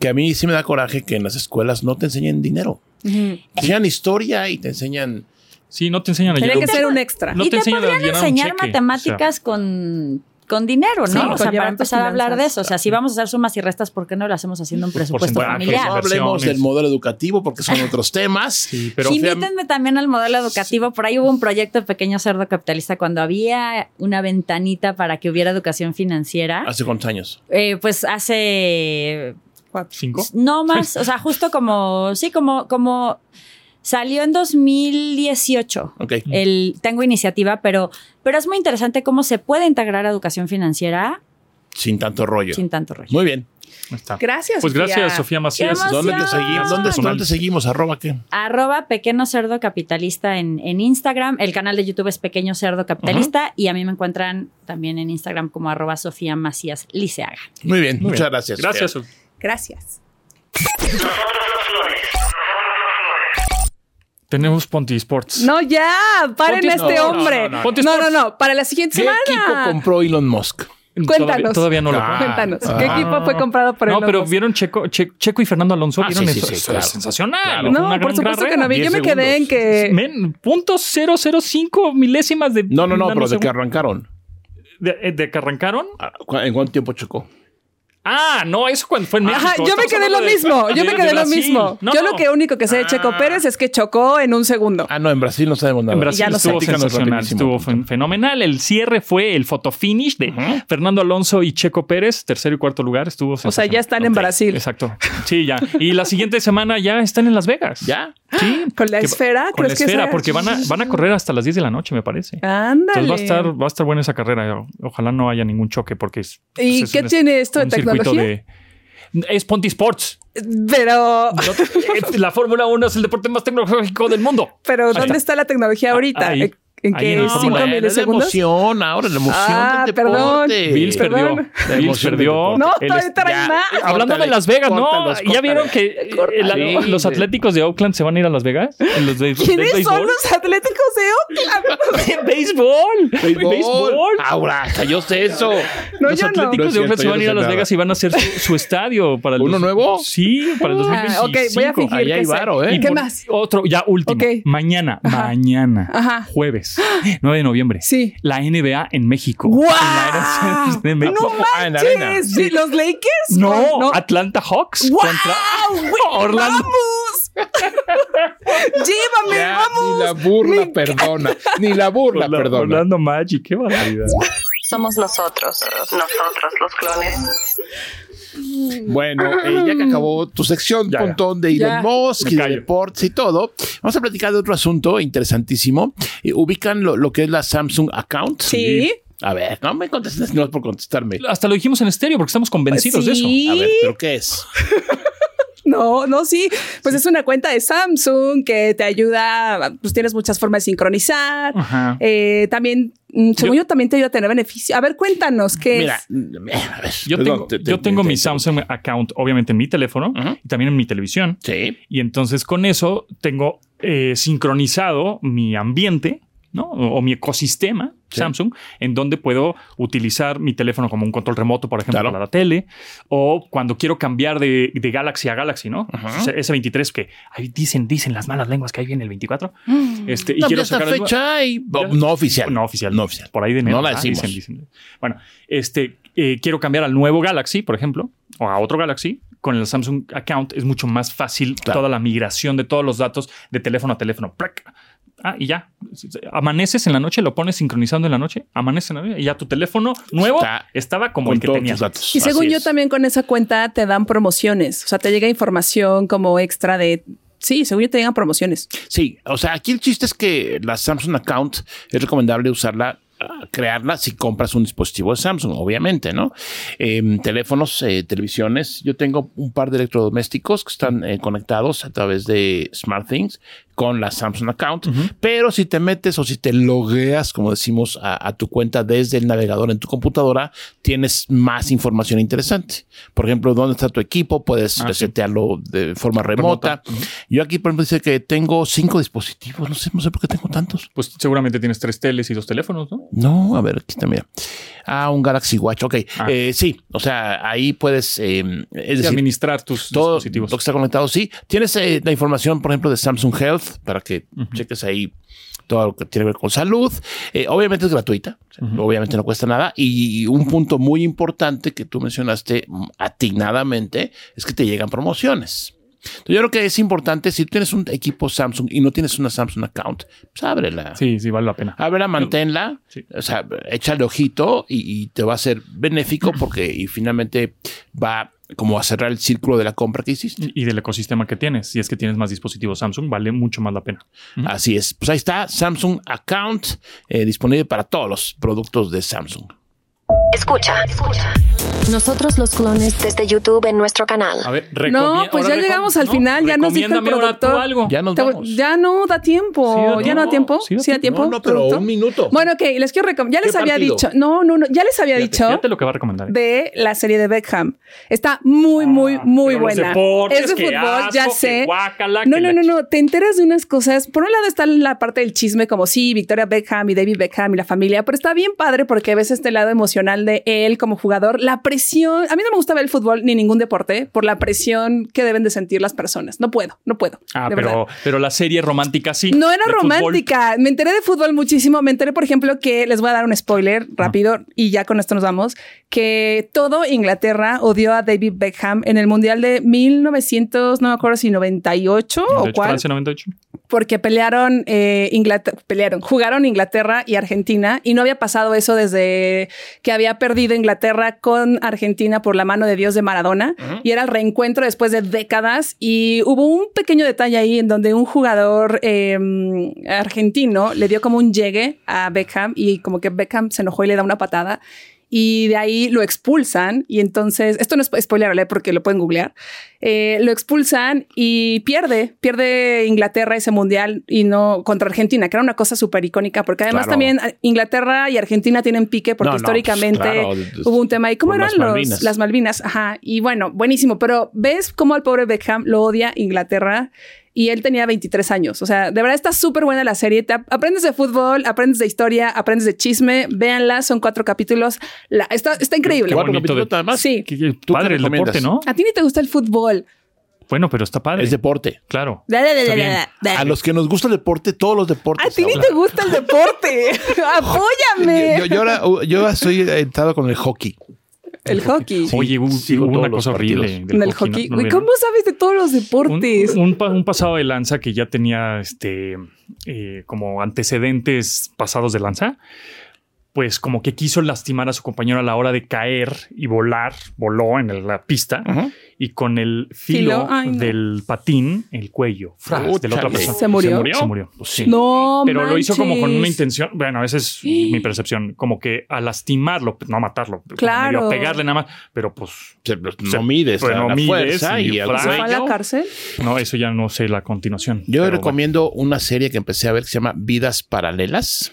que a mí sí me da coraje que en las escuelas no te enseñen dinero. Te enseñan historia y te enseñan. Sí, no te enseñan a Tenía que llenar un- ser un extra. No te y te, enseñan a podrían llenar un enseñar cheque, o sea. matemáticas con, con dinero, ¿no? Sí, o sea, con para llevar tus empezar a hablar de finanzas. eso. O sea, si vamos a hacer sumas y restas, ¿por qué no lo hacemos haciendo un Pues, presupuesto porcentajes, familiar? No Inversiones. hablemos del modelo educativo porque son otros temas. Sí, pero Sí, fea- Invítenme también al modelo educativo. Por ahí hubo un proyecto de Pequeño Cerdo Capitalista cuando había una ventanita para que hubiera educación financiera. ¿Hace cuántos años? Eh, pues hace ¿Cinco? No más, o sea, justo como, sí, como, como salió en 2018. Ok. El, tengo iniciativa, pero, pero es muy interesante cómo se puede integrar educación financiera Sin tanto rollo. sin tanto rollo. Muy bien. Ahí está. Gracias. Pues gracias, Sofía Macías. Qué ¿Dónde te Gracias. seguimos? ¿Dónde, dónde te seguimos? ¿Arroba qué? Arroba Pequeño Cerdo Capitalista en, en Instagram. El canal de YouTube es Pequeño Cerdo Capitalista y a mí me encuentran también en Instagram como arroba Sofía Macías Liceaga. Muy bien. Muy muchas bien. gracias. Gracias. Fer. Sofía. Gracias. Tenemos Ponti Sports. No, ya, paren Ponte- a este no, hombre. no, No no, no no. no. para la siguiente ¿Qué equipo semana. compró Elon Musk? Todavía- Cuéntanos. Todavía no lo Ah, Cuéntanos, Ah. ¿qué equipo fue comprado por No, el pero vieron Checo, Che- Checo y Fernando Alonso. Ah, ¿Vieron sí, sí, eso? sí, Eso claro. es sensacional. Claro. Una No, gran por supuesto que carrera. no vi. Yo 10 me quedé en segundos. que. Men, punto 005 milésimas de. No, no, no, pero de que nanosegundo. arrancaron. de, eh, de que arrancaron. Ah, ¿cu- ¿En cuánto tiempo chocó? Ah, no, eso cuando fue en México. Ajá, yo me Estamos quedé lo hablando de- mismo, yo de- me de quedé lo Brasil. mismo. No, yo no. lo que único que sé de Checo Ah. Pérez es que chocó en un segundo. Ah, no, en Brasil no sabemos nada. En Brasil ya lo sé. estuvo Platícanos sensacional, rapidísimo. estuvo fen- fenomenal. El cierre fue el fotofinish de Fernando Alonso y Checo Pérez, tercero y cuarto lugar, estuvo O sea, sensacional. ya están en Ok, Brasil Exacto. Sí, ya. Y la siguiente semana ya están en Las Vegas. ¿Ya? Sí. con la Que- esfera. Con la Ah, ¿crees que esfera, sea? porque van a, van a correr hasta las 10 de la noche, me parece. Ándale. Entonces va a estar, va a estar buena esa carrera. O- Ojalá no haya ningún choque porque es. pues, ¿Y es qué un- tiene esto de un circuito tecnología? de- Es Ponti Sports. Pero, No te- La Fórmula 1 es el deporte más tecnológico del mundo. pero Ahí Ah, ¿dónde está. la tecnología ahorita? Ahí. ¿En- ¿En Ahí qué en el cinco Fórmula E. Bueno, es la milisegundos? emoción ahora, la emoción Ah, del perdón. deporte. Bills perdió. Perdón. Bills emoción del perdió. deporte. No, El todavía est- traen ya. más. Hablando de Córtales, Las Vegas, no. córtales, ¿Ya vieron que eh, córtales. la- Sí, los sí. atléticos de Oakland se van a ir a Las Vegas? En los de- de ¿Quiénes son béisbol. los atléticos de Oakland? ¡Béisbol! Béisbol. ¡Béisbol! Ahora, hasta yo sé eso. No, los yo no. Atléticos de No es Oakland se cierto, van a ir yo no a sé Las nada. Vegas y van a hacer su, su estadio para el ¿Uno dos- nuevo? Sí, para el Ah, 2025. ok, voy a fingir Ahí que hay sé. varo, ¿eh? Y ¿Qué por- más? Otro, ya último. Ok. Mañana, Ajá. mañana, Ajá. jueves, 9 de noviembre. Sí. La NBA en México. ¡Guau! En la Arena de México. No Ah, en la manches. arena. Sí, ¿Los Lakers? No, Con- no. Atlanta Hawks ¡Guau, contra güey! Orlando. ¡Vamos! ¡Llévame, Ya, vamos! ni la burla perdona. Ni la burla Orla- perdona. Orlando Magic, qué barbaridad. Somos nosotros, nosotros los clones. Bueno, eh, ya que acabó tu sección, Mm. Ya, ya. montón de Elon Ya. Musk Me y de callo. deportes y todo, vamos a platicar de otro asunto interesantísimo. Eh, ubican lo, lo que es la Samsung Account. Sí. A ver, no me contestes, no es por contestarme. Hasta lo dijimos en estéreo porque estamos convencidos de eso. Sí. A ver, ¿pero qué es? No, no, sí. Pues es una cuenta de Samsung que te ayuda, pues tienes muchas formas de sincronizar. Ajá. Eh, también, mm, según yo, también te ayuda a tener beneficio. A ver, cuéntanos qué Mira, es. Mm, eh, a ver, Yo perdón, tengo, te- te- yo tengo te- mi te- Samsung account, obviamente, en mi teléfono Ajá. y también en mi televisión. Sí. Y entonces con eso tengo eh, sincronizado mi ambiente, ¿no? O, o mi ecosistema Sí. Samsung, en donde puedo utilizar mi teléfono como un control remoto, por ejemplo, Claro. para la tele, o cuando quiero cambiar de, de Galaxy a Galaxy, ¿no? Ajá. Ese 23 que ahí dicen, dicen las malas lenguas que hay en el 24. Este, y Mm. No, quiero ya está sacar el- fecha y oh, Ya. no oficial. no oficial. No oficial. Por ahí de enero, No la ¿verdad? decimos. Dicen, dicen. Bueno, este, eh, quiero cambiar al nuevo Galaxy, por ejemplo, o a otro Galaxy. Con el Samsung account es mucho más fácil Claro. toda la migración de todos los datos de teléfono a teléfono. Plac. Ah, y ya. Amaneces en la noche, lo pones sincronizando en la noche, amaneces en la noche y ya tu teléfono nuevo Está estaba como con el que todos tenías. tus datos. Y Así según yo, es. también con esa cuenta te dan promociones. O sea, te llega información como extra de. Sí, según yo te llegan promociones. Sí, o sea, aquí el chiste es que la Samsung Account es recomendable usarla, ah, crearla si compras un dispositivo de Samsung, obviamente, ¿no? Em, teléfonos, eh, televisiones. Yo tengo un par de electrodomésticos que están eh, conectados a través de SmartThings con la Samsung Account, pero si te metes o si te logueas, como decimos, a, a tu cuenta desde el navegador en tu computadora, tienes más información interesante. Por ejemplo, dónde está tu equipo, puedes Ah, sí. resetearlo de forma remota. Yo aquí, por ejemplo, dice que tengo cinco dispositivos. No sé, no sé por qué tengo tantos. Pues seguramente tienes tres teles y dos teléfonos, ¿no? No, a ver, aquí está, mira. Ah, un Galaxy Watch. Ok. Ah. Eh, sí, o sea, ahí puedes. eh, es Y decir, administrar tus todo lo dispositivos. que está conectado, sí. Tienes eh, la información, por ejemplo, de Samsung Health para que cheques ahí todo lo que tiene que ver con salud. Eh, obviamente es gratuita, o sea, obviamente no cuesta nada. Y un punto muy importante que tú mencionaste mm, atinadamente es que te llegan promociones. Entonces, yo creo que es importante, si tú tienes un equipo Samsung y no tienes una Samsung account, pues ábrela. Sí, sí, vale la pena. Ábrela, manténla, Sí. o sea, échale ojito y, y te va a ser benéfico porque y finalmente va como a cerrar el círculo de la compra que hiciste. Y y del ecosistema que tienes. Si es que tienes más dispositivos Samsung, vale mucho más la pena. Así es. Pues ahí está Samsung Account eh, disponible para todos los productos de Samsung. Escucha, escucha. Nosotros los clones desde YouTube en nuestro canal. A ver, No, pues ya llegamos al final, ya nos dijo el recomiéndame ahora tú productor. algo. Ya nos Oh, Te- vamos. Ya no da tiempo. Sí, da ya no da tiempo. tiempo. Sí, da Sí, da tiempo. No, no, pero productor? un minuto. Bueno, ok, les quiero recomendar. Ya les ¿Qué había partido? dicho. No, no, no. Ya les había Fíjate, dicho fíjate lo que va a recomendar. de la serie de Beckham. Está muy, muy, muy pero los buena. Ah, deportes, es de que fútbol, asco, ya que sé. guácala, no, que la no, no, no. Te enteras de unas cosas. Por un lado está la parte del chisme, como sí, Victoria Beckham y David Beckham y la familia, pero está bien padre porque ves este lado emocional personal de él como jugador, la presión, a mí no me gusta ver el fútbol ni ningún deporte por la presión que deben de sentir las personas. No puedo, no puedo. Ah, de verdad. pero, pero la serie romántica sí. No era de fútbol. romántica. Me enteré de fútbol muchísimo. Me enteré, por ejemplo, que les voy a dar un spoiler rápido y ya con esto nos vamos. Que todo Inglaterra odió a David Beckham en el mundial de 1900, no me acuerdo si 98 De o hecho, cuál, Francia 98. porque pelearon eh, Inglaterra, pelearon, jugaron Inglaterra y Argentina y no había pasado eso desde que había perdido Inglaterra con Argentina por la mano de Dios de Maradona y era el reencuentro después de décadas y hubo un pequeño detalle ahí en donde un jugador eh, argentino le dio como un llegue a Beckham y como que Beckham se enojó y le da una patada y de ahí lo expulsan y entonces esto no es spoilerable porque lo pueden googlear eh, lo expulsan y pierde pierde Inglaterra ese mundial y no contra Argentina que era una cosa súper icónica porque además Claro. también ah, Inglaterra y Argentina tienen pique porque No, no, históricamente pues, claro, hubo un tema y cómo por eran las los- Malvinas. las Malvinas ajá y bueno buenísimo pero ves cómo al pobre Beckham lo odia Inglaterra y él tenía 23 años. O sea, de verdad está súper buena la serie. Te ap- aprendes de fútbol, aprendes de historia, aprendes de chisme. Véanla, son cuatro capítulos. La, está, está increíble. Qué Cuatro bonito capítulos de- además. Sí. Ah. Qué- qué qué padre el recomiendas? deporte, ¿no? A ti ni te gusta el fútbol. Bueno, pero está padre. Es deporte. Claro. Da, da, da, Está da, bien. da, da. A los que nos gusta el deporte, todos los deportes. A ti ni ahora. te gusta el deporte. Apóyame. Yo, yo, yo ahora, yo ahora estoy entrado con el hockey. el hockey. Sí, Oye, hubo- sigo hubo todos una los cosa horrible. partidos. del En el hockey. ¿no? Güey, ¿No vieron? ¿Cómo sabes de todos los un, deportes? un pa- un pasado de lanza que ya tenía este eh, como antecedentes pasados de lanza, pues como que quiso lastimar a su compañero a la hora de caer y volar, voló en el- la pista y con el filo, Ah. Filo, ay, no. del patín, el cuello fras, de la otra Úchale. persona. ¿Se murió? Se murió. Pues Sí. no, Pero lo hizo como con una manches. intención. Bueno, esa es mi percepción. Como que a lastimarlo, no a matarlo, como Claro. medio a pegarle nada más. Pero pues, Se- pues no Se- mides pero la, no la mides fuerza y y el flaco. ¿Se fue a la cuello. cárcel? no, eso ya no sé la continuación. Yo Pero, recomiendo una serie que empecé a ver que se llama Vidas Paralelas.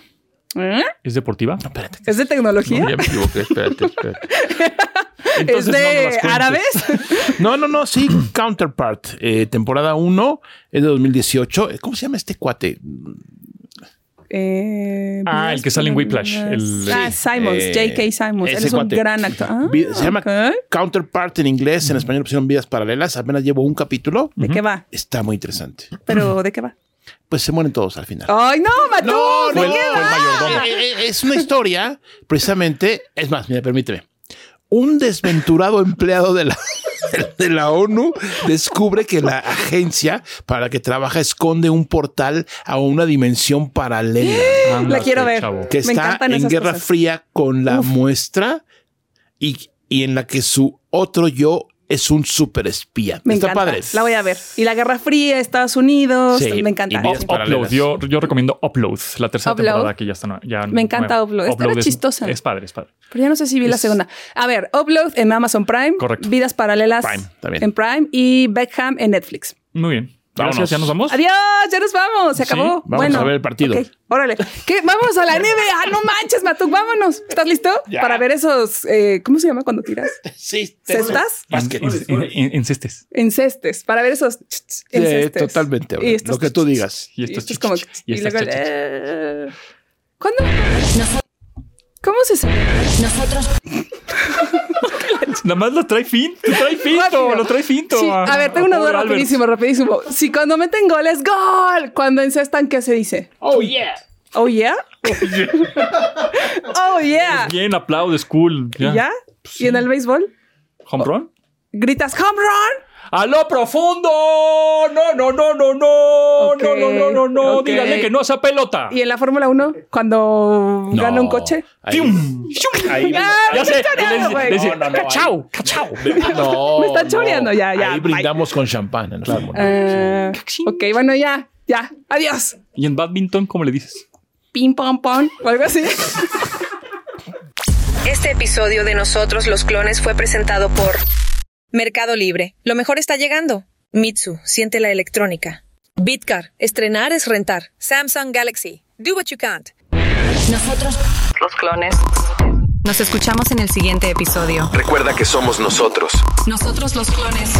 ¿Eh? bueno, ¿Es deportiva? Espérate. ¿Es de tecnología? No, ya me equivoqué, espérate, espérate. ¿Es Entonces no me las de cuentes. árabes? No, no, no, sí, Counterpart, eh, temporada 1, es de 2018. ¿Cómo se llama este cuate? Eh, Ah, el que sale en Whiplash, el- ah, Sí. Simons, Eh, J.K. Simons. Él ese es un cuate. gran actor. Ah, Vi- se llama ok. ¿De Counterpart en inglés, en español pusieron Vidas Paralelas, apenas llevo un capítulo. qué va? Está muy interesante. ¿Pero de qué va? Pues se mueren todos al final. ¡Ay, no, Matú! No, ¿de no, qué fue el va? mayordomo. Eh, eh, Es una historia, precisamente. Es más, mira, permíteme. Un desventurado empleado de la, de la ONU descubre que la agencia para la que trabaja esconde un portal a una dimensión paralela Ándate, quiero ver. chavo. que Me está encantan en esas Guerra cosas. Fría con la muestra y, y en la que su otro yo es un superespía. Me está encanta. padre. La voy a ver. Y la Guerra Fría, Estados Unidos. Sí, Me encanta. y vidas Sí. Upload, paralelas. yo, yo recomiendo Upload, la tercera Upload. temporada que ya está. nue- Ya Me encanta nueva. Upload, esta era es- chistosa. Es padre, es padre. Pero ya no sé si vi la Es- segunda. A ver, Upload en Amazon Prime. Correcto. Vidas Paralelas Prime, está bien. en Prime. Y Beckham en Netflix. Muy bien. Gracias, Vámonos. ya nos vamos. Adiós, ya nos vamos. Se Sí, acabó. vamos bueno, a ver el partido. ok, órale. ¿Qué? Vamos a la NBA. No manches, Matuk, vámonos. ¿Estás listo? Ya. Para ver esos. eh, ¿Cómo se llama cuando tiras? Sí, ¿Cestas? En- en- en- Encestes. Encestes. Para ver esos. Sí, encestes. totalmente. este? Y Lo estos- que tú digas. Y Y esto esto es como. Y Y esto es luego, ch- ch- eh, ¿Cuándo? ¿Cómo se celebra? Nosotros Nada más lo trae fin. Lo trae finto. Rápido. Lo trae finto. Sí, a ver, tengo una duda Pobre Albert. rapidísimo, rapidísimo. Si cuando meten goles, gol. Cuando encestan, ¿qué se dice? Oh, yeah. Oh yeah. oh yeah. Bien, aplaudes, cool. ¿Y Ya. Pues ya? ¿Y en el béisbol? Home run. Gritas home run. ¡A lo profundo! No, no, no, no, no. Ok, No, no, no, no, no. ok. Dígale que no a esa pelota. ¿Y en la Fórmula 1 cuando gana un coche? Ahí- ¡Tium! ahí- Ah, Ya me sé. están choreando, le- güey. le- le- No, no, no, Cachao, cachao. No, Me están choreando, ya, ya, Ahí bye. brindamos con champán. en Fórmula uno. Ah, ok, bueno, ya, ya. Adiós. ¿Y en badminton cómo le dices? Pim, pam, pam. O algo así. Este episodio de Nosotros los Clones fue presentado por Mercado Libre. Lo mejor está llegando. Mitsu, siente la electrónica. Bitcar, estrenar es rentar. Samsung Galaxy, do what you can't. Nosotros Los Clones. Nos escuchamos en el siguiente episodio. Recuerda que somos nosotros. Nosotros los Clones.